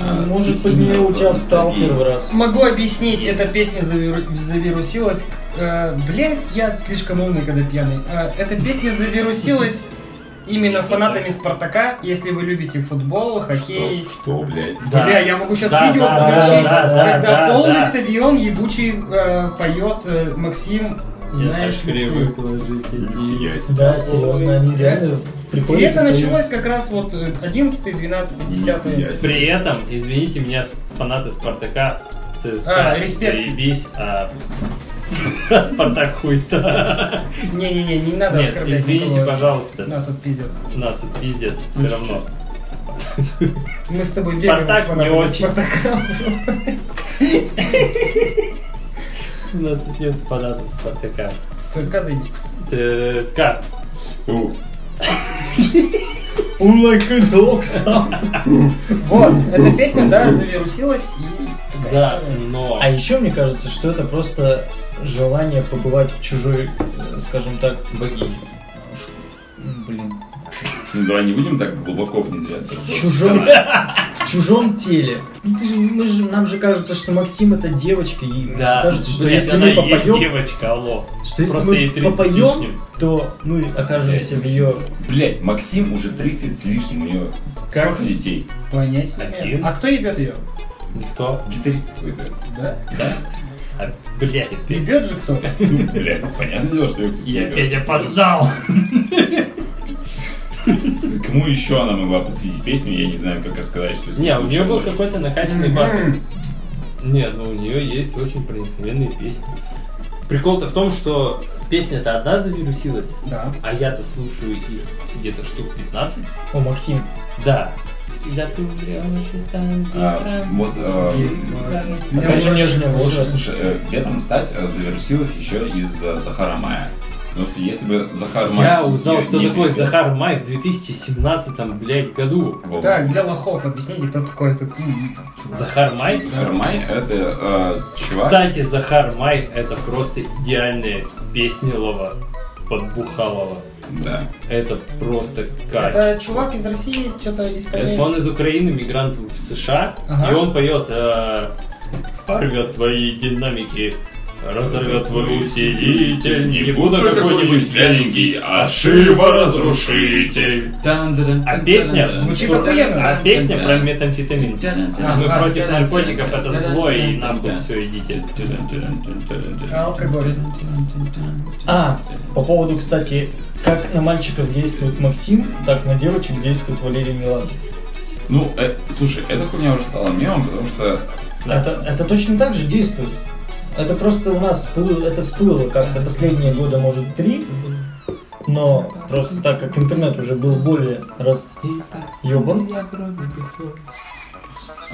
S2: А,
S1: Может
S2: суки,
S1: быть, не у тебя
S2: нахуй,
S1: встал
S2: дорогие.
S1: первый раз.
S3: Могу объяснить, эта песня завиру- завирусилась... э, блядь, я слишком умный, когда пьяный. Э, эта песня завирусилась именно фанатами Спартака, если вы любите футбол, хоккей.
S2: Что, что, блядь?
S5: Да.
S3: Бля, я могу сейчас
S5: Да,
S3: видео
S5: да,
S3: включить,
S5: да, да, да,
S3: когда
S5: да,
S3: полный
S5: да.
S3: стадион ебучий э, поет э, Максим, знаешь
S5: я так
S3: ли ты».
S5: привык ложить эти-
S2: Нихуя себе.
S1: Да, серьезно, они реально
S3: И
S1: приходят.
S3: это началось как раз вот э, 11 12
S2: Нихуя
S3: 10
S2: себе.
S5: При этом, извините меня, с- фанаты Спартака, ЦСКА,
S3: А, респект.
S5: заебись, а <laughs> Спартак хуй-то.
S3: Не-не-не, не надо
S5: Нет,
S3: оскорблять
S5: извините,
S3: никого.
S5: пожалуйста,
S3: Нас отпиздят.
S5: нас это пиздят все равно.
S3: Мы с тобой бегаем
S5: Спартак
S3: с фанатами
S5: не очень.
S3: Спартака <laughs> просто.
S5: У нас тут нет фанатов Спартака.
S3: ЦСКА заебись.
S5: ЦСКА.
S2: У,
S5: <laughs>
S3: Вот, эта песня, да, завирусилась и... такая
S5: Да,
S3: история.
S5: но...
S1: А еще мне кажется, что это просто желание побывать в чужой, э, скажем так, богине. Ш- Блин.
S2: Ну, давай не будем так глубоко внедряться. в
S1: Чужой.
S2: канал.
S1: В чужом теле. Ну ты же, мы же, нам же кажется, что Максим это девочка, и
S5: Да,
S1: кажется, что
S5: блядь,
S1: если
S5: она
S1: мы
S5: и есть
S1: попоем,
S5: девочка, алло.
S1: что если
S5: Просто ей
S1: мы
S5: 30 с
S1: попоем,
S5: лишним.
S1: то мы окажемся в ее.
S2: Блядь, Максим уже 30 с лишним, у него
S1: Как?
S2: сколько детей?
S3: Понятия
S5: Один.
S3: нет. А кто ебет ее?
S5: Никто.
S2: Гитарист какой-то.
S3: Да?
S5: А, Блядь, опять.
S3: Ебет же
S5: <laughs>
S3: кто?
S2: Блядь, ну, понятное дело, что её кто-то
S5: Я
S2: берёт.
S5: опять опоздал.
S2: Кому еще она могла посвятить песню, я не знаю, как рассказать, что
S5: Не, у нее был
S2: больше.
S5: какой-то накачанный бас. Не, ну у нее есть очень проникновенные песни. Прикол-то в том, что песня-то одна завирусилась,
S3: Да.
S5: а я-то слушаю их где-то штук 15.
S1: О, Максим,
S5: Да. Я тут прямо шестая
S2: А,
S5: песня.
S2: вот, э,
S3: У
S5: Ну,
S3: меня
S1: опять же
S3: уже-
S1: нежный
S2: Слушай,
S1: возраст.
S2: слушай, э, летом стать э, завирусилась еще из-за Захара Мая. Потому что если бы Захар Май...
S5: Я узнал,
S2: её
S5: кто
S2: не
S5: такой
S2: любил,
S5: Захар Май в 2017 блядь, году.
S2: вот.
S3: Так, для лохов объясните, кто такой этот... м, чувак.
S5: Захар Май?
S2: Захар Май это э, чувак...
S5: Кстати, Захар Май это просто идеальная песня Лова подбухалова.
S2: Да.
S5: Это просто кайф.
S3: Это чувак из России, что-то из
S5: Нет,
S3: Поляны.
S5: Он из Украины, мигрант в США,
S3: Ага.
S5: и он поет э, «Порвет твои динамики, разорвет твой усилитель, не буду какой-нибудь вяленький, а шиво разрушитель». А песня,
S3: Звучит
S5: вот,
S3: охуенно.
S5: а песня про метамфетамин. Мы
S3: Ага.
S5: против наркотиков, это зло, и нахуй все, идите.
S3: Алкоголь.
S1: А, по поводу, кстати, как на мальчиков действует Максим, так на девочек действует Валерий Меладзе.
S2: Ну, э, слушай, эта хуйня уже стала мемом, потому что...
S1: Это, это точно так же действует. Это просто у нас всплыло- это всплыло как-то последние года, может, три. Но просто так как интернет уже был более разъебан,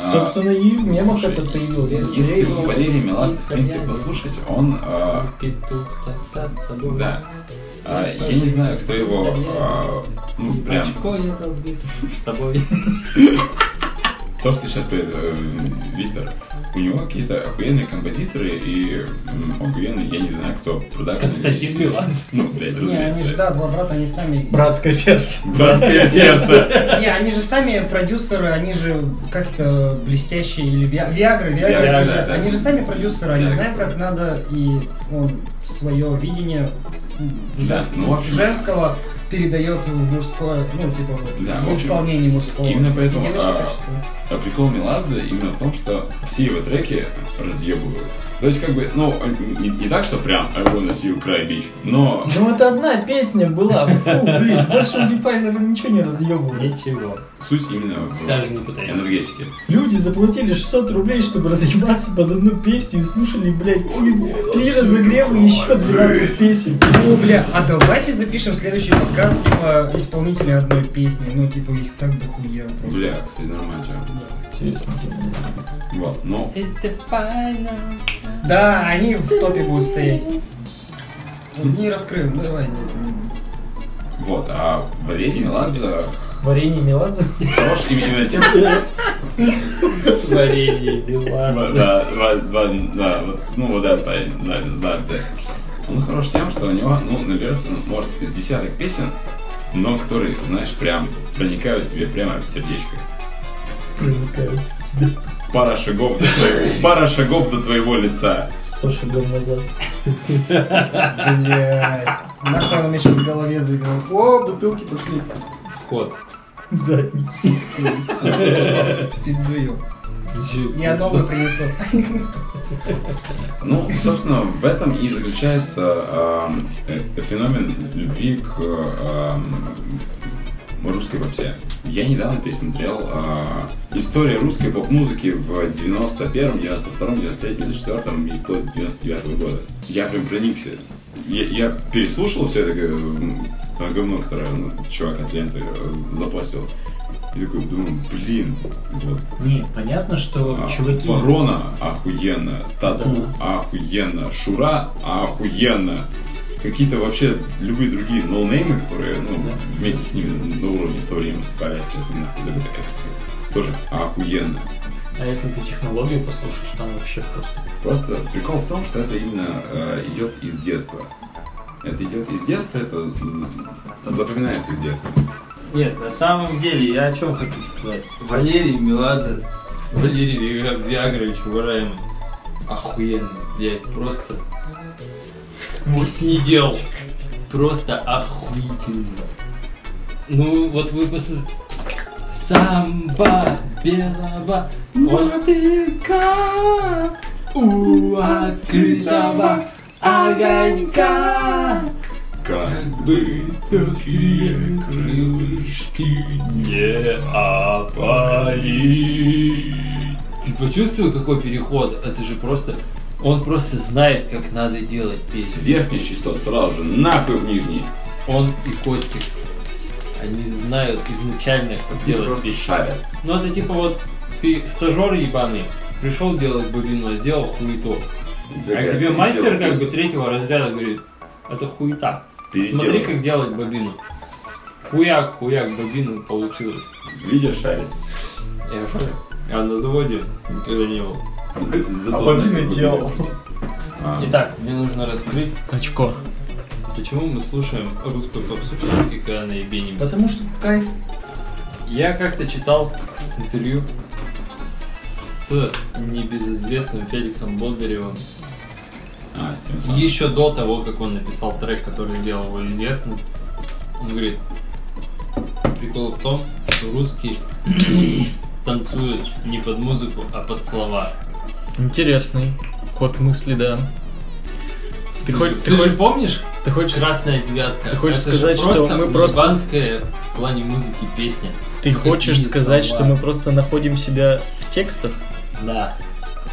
S2: а,
S1: собственно, и в мемах
S2: слушай,
S1: это появилось.
S2: Если Валерий Меладзе, в принципе, послушать, он... э, Да. А, я не знаю, кто его... а, ну, прям...
S5: с тобой.
S2: То, что сейчас поет э, Виктор, у него какие-то охуенные композиторы и м, охуенный, я не знаю кто, продакшн.
S5: Константин Меладзе.
S2: Ну, блядь,
S3: Не, они же,
S2: разумеется.
S3: да, два брата, они сами...
S1: Братское сердце.
S2: Братское сердце.
S3: Не, они же сами продюсеры, они же как-то блестящие, или Виа- Виагра, Виагра,
S2: Виагра,
S3: они, же,
S2: да.
S3: они же сами продюсеры, они
S2: Виагра.
S3: знают, как надо, и он свое видение м,
S2: Да, ну, в общем,
S3: женского передает в мужское, ну, типа, вот,
S2: Да, в
S3: в
S2: общем,
S3: исполнении мужского.
S2: именно поэтому,
S3: И девочки
S2: а,
S3: качественные.
S2: А прикол Меладзе именно в том, что все его треки разъебывают. То есть, как бы, ну, не, не так, что прям I wanna see you cry, bitch, но...
S1: Ну это одна песня была. Фу, блин, больше у Дефайлера ничего не разъебывали.
S5: Ничего.
S2: Суть именно в
S5: Даже не пытаюсь.
S2: энергетике.
S1: Люди заплатили 600 рублей, чтобы разъебаться под одну песню и слушали, блядь, три разогрева и еще 12 песен.
S3: Ну, бля, а давайте запишем следующий подкаст, типа, исполнителя одной песни. Ну, типа, их так дохуя просто.
S2: Бля, кстати, нормально. чё.
S1: Интересно.
S2: Вот, ну, но...
S3: Да, они в топе будут стоять. Ну, Не раскрыли, давай, нет, не-
S2: Вот, а Валерий Меладзе
S1: Варенье Меладзе?
S2: хорош именно тем, да,
S5: Варенье, Билан.
S2: да, Ва- Ва- да, вот, ну вот да, парень, да, Меладзе. Он хорош тем, что у него, ну, наберется, ну, может, из десяток песен, но которые, знаешь, прям проникают тебе прямо в сердечко.
S1: Проникает.
S2: Пара шагов до твоего, пара шагов до твоего лица.
S1: Сто шагов назад.
S3: Блять. Нахуй он еще в голове заиграл. О, бутылки пошли.
S5: Ход.
S1: Задний.
S3: Пиздую. Я новый принесу.
S2: Ну, собственно, в этом и заключается эм, э, феномен любви к э, эм, русской попсе. Я недавно пересмотрел э, историю русской поп-музыки в 91-м, 92-м, 93-м, 94-м и вплоть до 99 года. Я прям проникся. Я, я переслушал все это г- э, говно, которое ну, чувак от ленты э, запостил. И такой думаю, блин, вот
S8: Не, понятно, что
S2: а,
S8: чуваки...
S2: Ворона охуенно, тату охуенно, шура охуенно. Какие-то вообще любые другие ноунеймы, которые ну, вместе с ними на уровне в то время выступали, а сейчас они нахуй забыли. Это Тоже охуенно.
S8: А если ты технологию послушаешь, там вообще просто...
S2: Просто прикол в том, что это именно э, идет из детства. Это идет из детства, это м, запоминается из детства.
S5: Нет, на самом деле, я о чем хочу сказать. Валерий Меладзе, Валерий Ви- Виагрович уважаемый, охуенный, блядь, просто снегел. Просто охуительно. Ну, вот вы посмотрите. Самба белого ну, мотылька у открытого огонька.
S2: Как бы тонкие крылышки
S5: не опали. Ты почувствовал, какой переход? Это же просто... Он просто знает, как надо делать
S2: С
S5: песни.
S2: верхней частоты сразу же нахуй в нижний.
S5: Он и Костик. Они знают изначально, как делать
S2: просто
S5: песни.
S2: шарят.
S5: Ну это типа вот ты стажер ебаный, пришел делать бобину, а сделал хуету. А тебе мастер как бы третьего разряда говорит, это хуета. А Смотри, как делать бобину. Хуяк, хуяк, бобину получилось.
S2: Видишь, шарит.
S5: Я же- Я А на заводе никогда не был.
S2: За- зато
S1: А
S2: знаешь,
S1: бобины
S2: как
S1: делал.
S2: бобины. А,
S5: Итак, мне нужно раскрыть,
S8: Очко.
S5: почему мы слушаем русскую попсу все-таки, когда наебенимся.
S3: Потому что кайф.
S5: Я как-то читал интервью с небезызвестным Феликсом Бондаревым.
S2: А, с тем самым.
S5: Еще до того, как он написал трек, который сделал его известным, он говорит, прикол в том, что <clears throat> русские танцуют не под музыку, а под слова.
S8: Интересный ход мысли, да. Ты, хоть, ты,
S5: ты же
S8: хоть-
S5: помнишь,
S8: ты хочешь,
S5: Красная девятка.
S8: Ты хочешь
S5: Это же
S8: сказать, что мы просто-
S5: ливанская в плане музыки песня.
S8: ты хочешь
S5: какие
S8: сказать,
S5: слова?
S8: что мы просто находим себя в текстах,
S5: Да.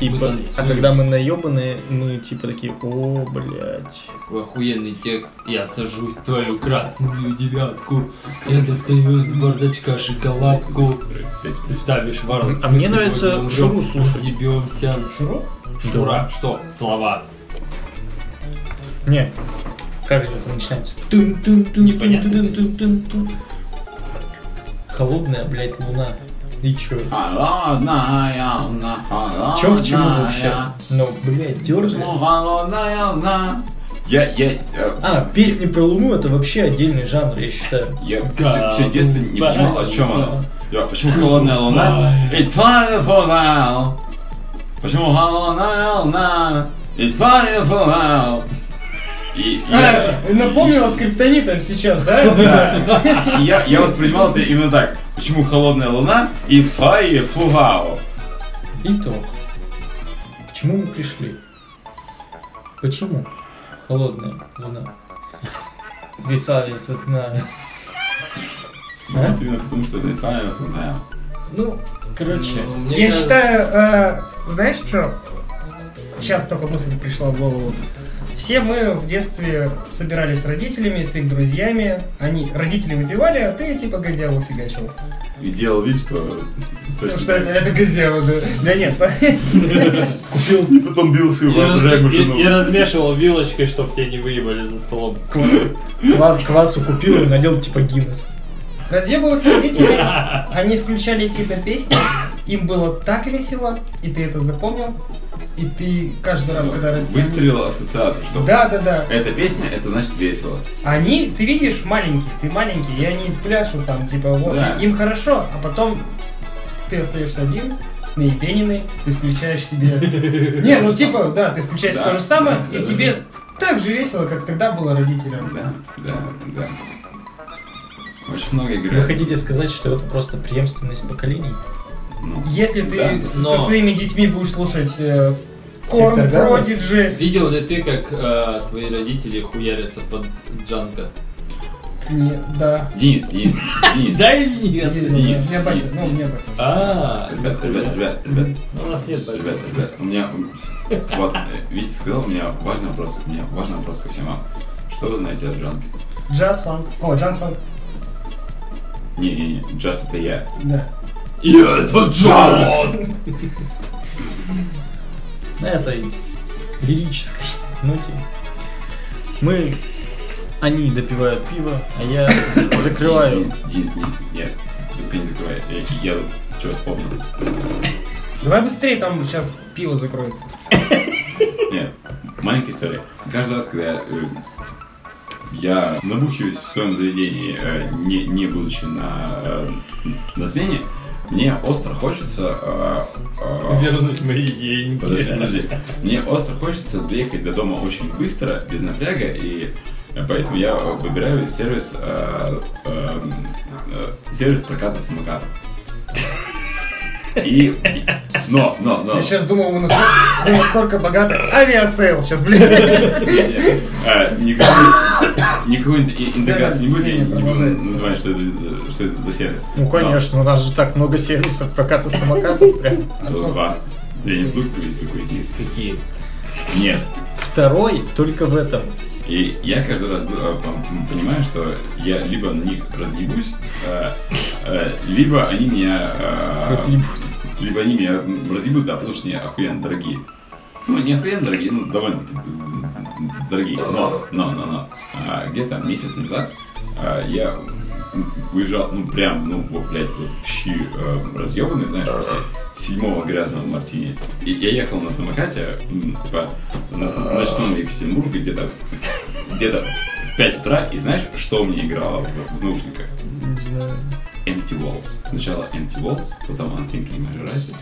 S8: и
S5: Мы
S8: по-
S5: танцуем.
S8: а когда мы наебанные, мы типа такие, о, блядь.
S5: Такой охуенный текст. Я сажусь в твою красную девятку. Я достаю из бардачка шоколадку.
S2: Пять.
S5: Ты ставишь вару.
S8: А мне нравится Шуру слушать.
S5: Ебемся.
S8: Шуру?
S5: Шура. Что? Слова.
S8: Не. Как же это начинается?
S5: Непонятно.
S8: Холодная, блядь, луна. И чё?
S2: Холодная луна,
S8: Чё к чему
S2: холодная,
S8: вообще? Ну, блядь,
S2: почему
S8: дёрзли.
S2: холодная луна? Я, я, э,
S8: А, песни про луну это вообще отдельный жанр, я считаю.
S2: я всё-
S5: Да,
S2: всё детство не
S5: да,
S2: понимал, о чем
S5: да.
S2: она. Я, почему холодная луна? It's wonderful now. Почему холодная луна? It's wonderful now. И,
S3: Э.
S2: я-
S3: Напомнила скриптонита сейчас, да?
S2: Да. И Я, я воспринимал это именно так. Почему холодная луна и фае фугау?
S8: Итог. К чему мы пришли? Почему? Холодная луна. Висали тут на... А?
S2: Именно потому что это фае фугау.
S8: Ну, короче.
S5: Ну, мне
S3: Я
S5: кажется,
S3: считаю, э, знаешь что? Сейчас только мысль пришла в голову. Все мы в детстве собирались с родителями, с их друзьями. Они родители выпивали, а ты типа газелу фигачил.
S2: и делал
S3: <laughs>
S2: вид, что... то
S3: Потому
S2: есть-
S3: что это, это газела, да. Да нет, по- <laughs>
S2: Купил, и потом бил свою
S5: И,
S2: воображаемую
S5: раз- и-
S2: жену.
S5: и размешивал вилочкой, чтоб тебя не выебали за столом.
S1: Квас, квасу купил и налил типа Гиннес.
S3: Разъебывались родители, они включали какие-то песни, им было так весело, и ты это запомнил, и ты каждый раз, когда...
S2: Выстрелил ассоциацию, что
S3: Да, да, да.
S2: эта песня, это значит весело.
S3: Они, ты видишь, маленькие, ты маленький, и они пляшут там, типа, вот,
S2: Да.
S3: им хорошо, а потом ты остаешься один, наебененный, ты включаешь себе...
S2: <laughs>
S3: Не, ну типа, да, ты включаешь
S2: Да,
S3: то же самое,
S2: да,
S3: и
S2: да,
S3: тебе так же весело, как тогда было родителям.
S2: Да, да, да. Очень много
S1: Вы
S2: играет.
S1: хотите сказать, что это просто преемственность поколений?
S2: Ну,
S3: Если ты
S2: Да,
S3: с-
S5: но-
S3: со своими детьми будешь слушать э, Корн,
S1: Сектор газа?
S3: Продиджи...
S5: Видел ли ты, как э, твои родители хуярятся под Джанго?
S3: Не, да.
S2: Денис, Денис, Денис.
S5: или
S3: Не,
S2: Денис,
S3: не, не батя,
S2: Денис,
S3: ну,
S2: Денис.
S3: не батя.
S5: А,
S2: Ребят,
S5: нихуя.
S2: ребят, ребят, ребят,
S5: Ну, У нас нет батя.
S2: ребят, ребят, у меня, вот, э, Витя сказал, у меня важный вопрос, у меня важный вопрос ко всем вам. Что вы знаете о Джанке?
S3: Джаз фанк. О, джаз фанк.
S2: Не-не-не, Джаз это я.
S3: Да.
S2: Я это Джан!
S1: На этой лирической ноте мы... Они допивают пиво, а <coughs> я за- закрываю.
S2: Денис, Денис, Денис, я, только не закрывай, я, я что вспомнил.
S3: Давай быстрее, там сейчас пиво закроется.
S2: Нет, маленькая история. Каждый раз, когда э, я набухиваюсь в своем заведении, э, не, не будучи на, э, на смене, мне остро хочется... э, э,
S5: Вернуть мои деньги.
S2: Подожди, подожди. Мне остро хочется доехать до дома очень быстро, без напряга, и э, поэтому я выбираю сервис, э, э, э, сервис проката самокатов. И... Но, но, но...
S3: Я сейчас думал, мы настолько, мы настолько богаты. Авиасейл сейчас, блин.
S2: А, Никакой никакой ин- интеграции не будет, я не
S3: Не-не,
S2: не буду
S3: продолжай.
S2: называть, что это за- что это за сервис.
S1: <laughs> Ну конечно, у нас же так много сервисов проката самокатов. Прям.
S2: Но Целых два. Я не буду говорить, какой из них.
S5: Какие?
S2: Нет.
S1: Второй только в этом.
S2: И я каждый раз э, пом- понимаю, что я либо на них разъебусь, э, э, либо они меня... э,
S1: Разъебут.
S2: Либо они меня м, разъебут, да, потому что они охуенно дорогие. Ну, не охуенно дорогие, ну, довольно-таки м, дорогие. Но, но, но, но. А, где-то месяц назад а, я м, уезжал, ну, прям, ну, вот, блядь, вот в щи э, разъебанный, знаешь, после седьмого грязного мартини. И я ехал на самокате м, по на- ночному Екатеринбургу где-то где-то в 5 утра, и знаешь, что мне играло в, в наушниках? Empty Walls. Сначала Empty Walls, потом Unthinking Majority,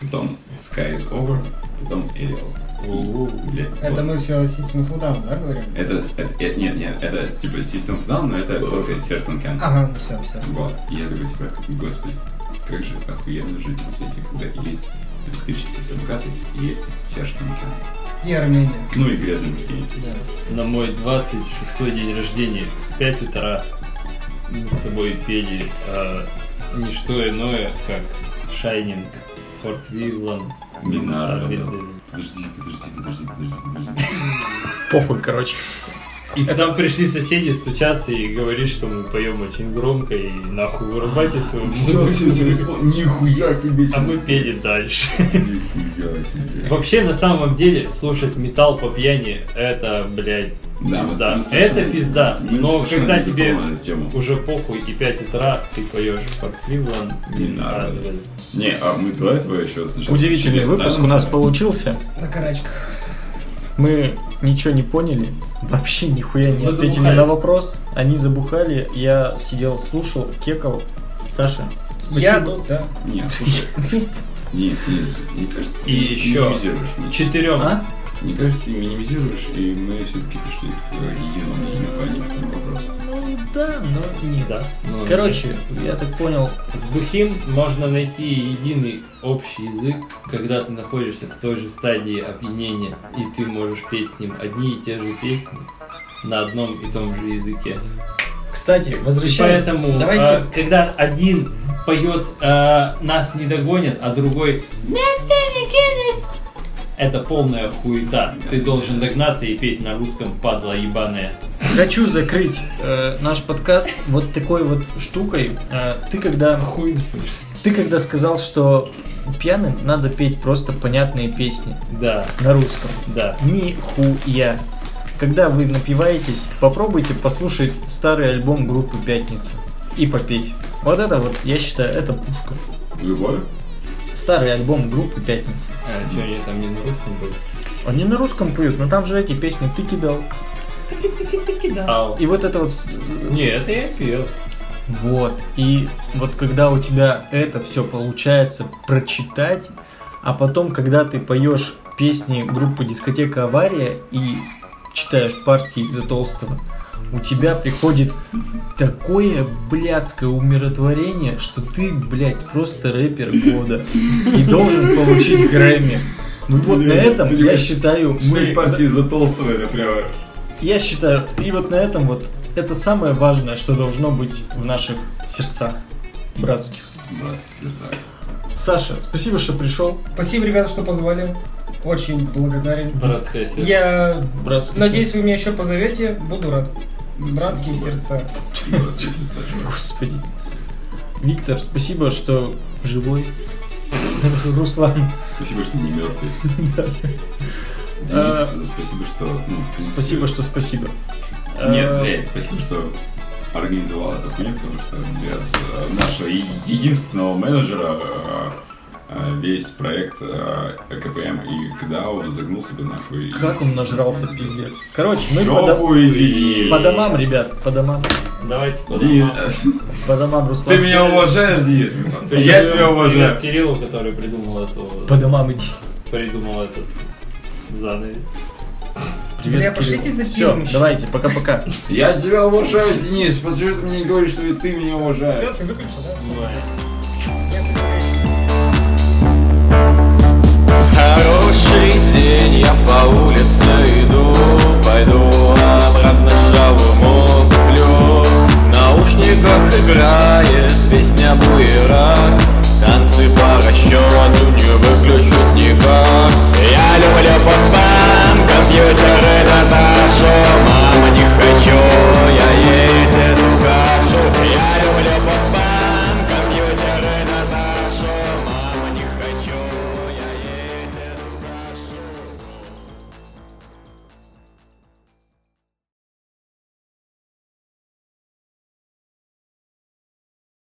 S2: потом Sky is Over, потом Aerials. И, блядь,
S3: Это
S2: вот.
S3: мы все System of a Down, да, говорим?
S2: Это, это- э, нет, нет, это типа System of a Down, но это только Сержтон Кен.
S3: Ага, ну все, все.
S2: Вот. И я такой, типа, господи, как же охуенно жить на свете, когда есть электрические самокаты, и есть Сержтон Кен.
S3: И Армения.
S2: Ну и грязный мужчина.
S3: Да.
S5: На мой 26 день рождения в 5 утра мы с тобой пели э, не что иное, как Shining, Fort Визлан,
S2: Минара, да. Подожди, подожди, подожди, подожди, подожди.
S1: Похуй, короче.
S5: И к нам пришли соседи стучаться и говорить, что мы поем очень громко и нахуй вырубайте свою музыку.
S2: Нихуя себе.
S5: А мы пели дальше. <laughs>
S2: Нихуя себе.
S5: Вообще, на самом деле, слушать металл по пьяни, это, блядь,
S2: Да, мы-
S5: пизда.
S2: мы слышали.
S5: Это пизда.
S2: Мы
S5: Но
S2: совершенно
S5: когда
S2: не
S5: тебе
S2: затронули эту тему.
S5: уже похуй и 5 утра, ты поешь Fort Cleveland.
S2: Не надо. Не, а мы до этого еще сначала...
S1: Удивительный
S2: включили
S1: выпуск у нас
S2: Санса.
S1: получился.
S3: На карачках.
S1: Мы ничего не поняли, вообще нихуя не
S5: Мы
S1: ответили
S5: забухали.
S1: на вопрос. Они забухали, я сидел, слушал, кекал. Саша,
S3: Я,
S1: спасибо.
S3: да.
S5: <laughs>
S2: Нет, слушай,
S1: <laughs>
S2: нет, нет, мне кажется, ты
S5: И еще.
S2: минимизируешь. меня.
S5: Четырем.
S1: А?
S2: Мне кажется, ты минимизируешь, и мы все-таки пришли к э, единому мнению по некоторым вопросам.
S1: Ну да, но не да.
S5: Ну,
S1: Короче, я так понял,
S5: С Бухим можно найти единый общий язык, когда ты находишься в той же стадии опьянения, и ты можешь петь с ним одни и те же песни на одном и том же языке.
S1: кстати,
S5: И
S1: возвращаясь...
S5: поэтому,
S3: давайте-
S5: а, когда один поет а, «Нас не догонят», а другой «Нас не догонят», это полная хуета. Ты должен догнаться и петь на русском, падла ебаная.
S1: хочу закрыть э, наш подкаст вот такой вот штукой. Э, ты когда ты когда сказал, что пьяным надо петь просто понятные песни
S5: Да,
S1: на русском.
S5: да.
S1: Нихуя. Когда вы напиваетесь, попробуйте послушать старый альбом группы Пятница и попеть. Вот это вот, я считаю, это пушка.
S2: Любовь?
S1: Старый альбом группы Пятница.
S5: А, что, они там не на русском были?
S1: Они на русском поют, но там же эти песни ты кидал.
S5: Ал.
S1: И вот это вот с-
S5: Не, это я пел.
S1: Вот. И вот когда у тебя это все получается прочитать, а потом, когда ты поешь песни группы дискотека Авария и читаешь партии из-за толстого, у тебя приходит такое блядское умиротворение, что ты, блядь, просто рэпер года и должен получить Грэмми. Ну вот на
S2: Блядь,
S1: этом, я
S2: понимаешь,
S1: считаю,
S2: Снять партии за толстого, это прямо...
S1: я считаю, и вот на этом вот это самое важное, что должно быть в наших сердцах братских.
S2: Братский сердца.
S1: Саша, спасибо, что пришел.
S3: Спасибо, ребята, что позвали. Очень благодарен.
S5: Братское сердце.
S3: Я
S1: Братский.
S3: надеюсь, вы меня еще позовете. Буду рад. Братские
S2: Спасибо.
S3: сердца.
S2: Братские сердца, чувак.
S1: Господи. Виктор, спасибо, что живой. <laughs> Руслан,
S2: Спасибо, что не
S5: <laughs>
S2: мертвый.
S1: А.
S2: Денис, спасибо, что... ну, в принципе,
S1: спасибо, что спасибо.
S2: Нет,
S1: Э,
S2: блядь, спасибо, что организовал эту хуйню, потому что без э, нашего е- единственного менеджера э, э, весь проект э, КПМ и когда он загнулся бы нахуй. и-
S1: Как он нажрался, пиздец. Короче, мы по, до-
S2: Жопу извинились.
S1: по домам, ребят, по домам.
S5: Давайте.
S2: Денис,
S5: подумаем.
S1: По домам, Руслан.
S2: ты меня уважаешь, Денис? Я тебя
S5: Привет- привет
S2: уважаю.
S5: Кириллу, который придумал эту...
S1: По домам иди.
S5: Придумал этот занавес.
S1: Привет,
S3: Бля, пошлите за
S1: Все,
S3: пивом ещё.
S1: давайте, пока-пока.
S2: Я тебя уважаю, Денис. Почему ты мне не говоришь, что и ты меня уважаешь?
S3: Всё, ты выключил, да?
S10: Хороший день, я по улице иду Пойду обратно шаурму куплю В наушниках играет песня Буера Танцы по расчету не выходят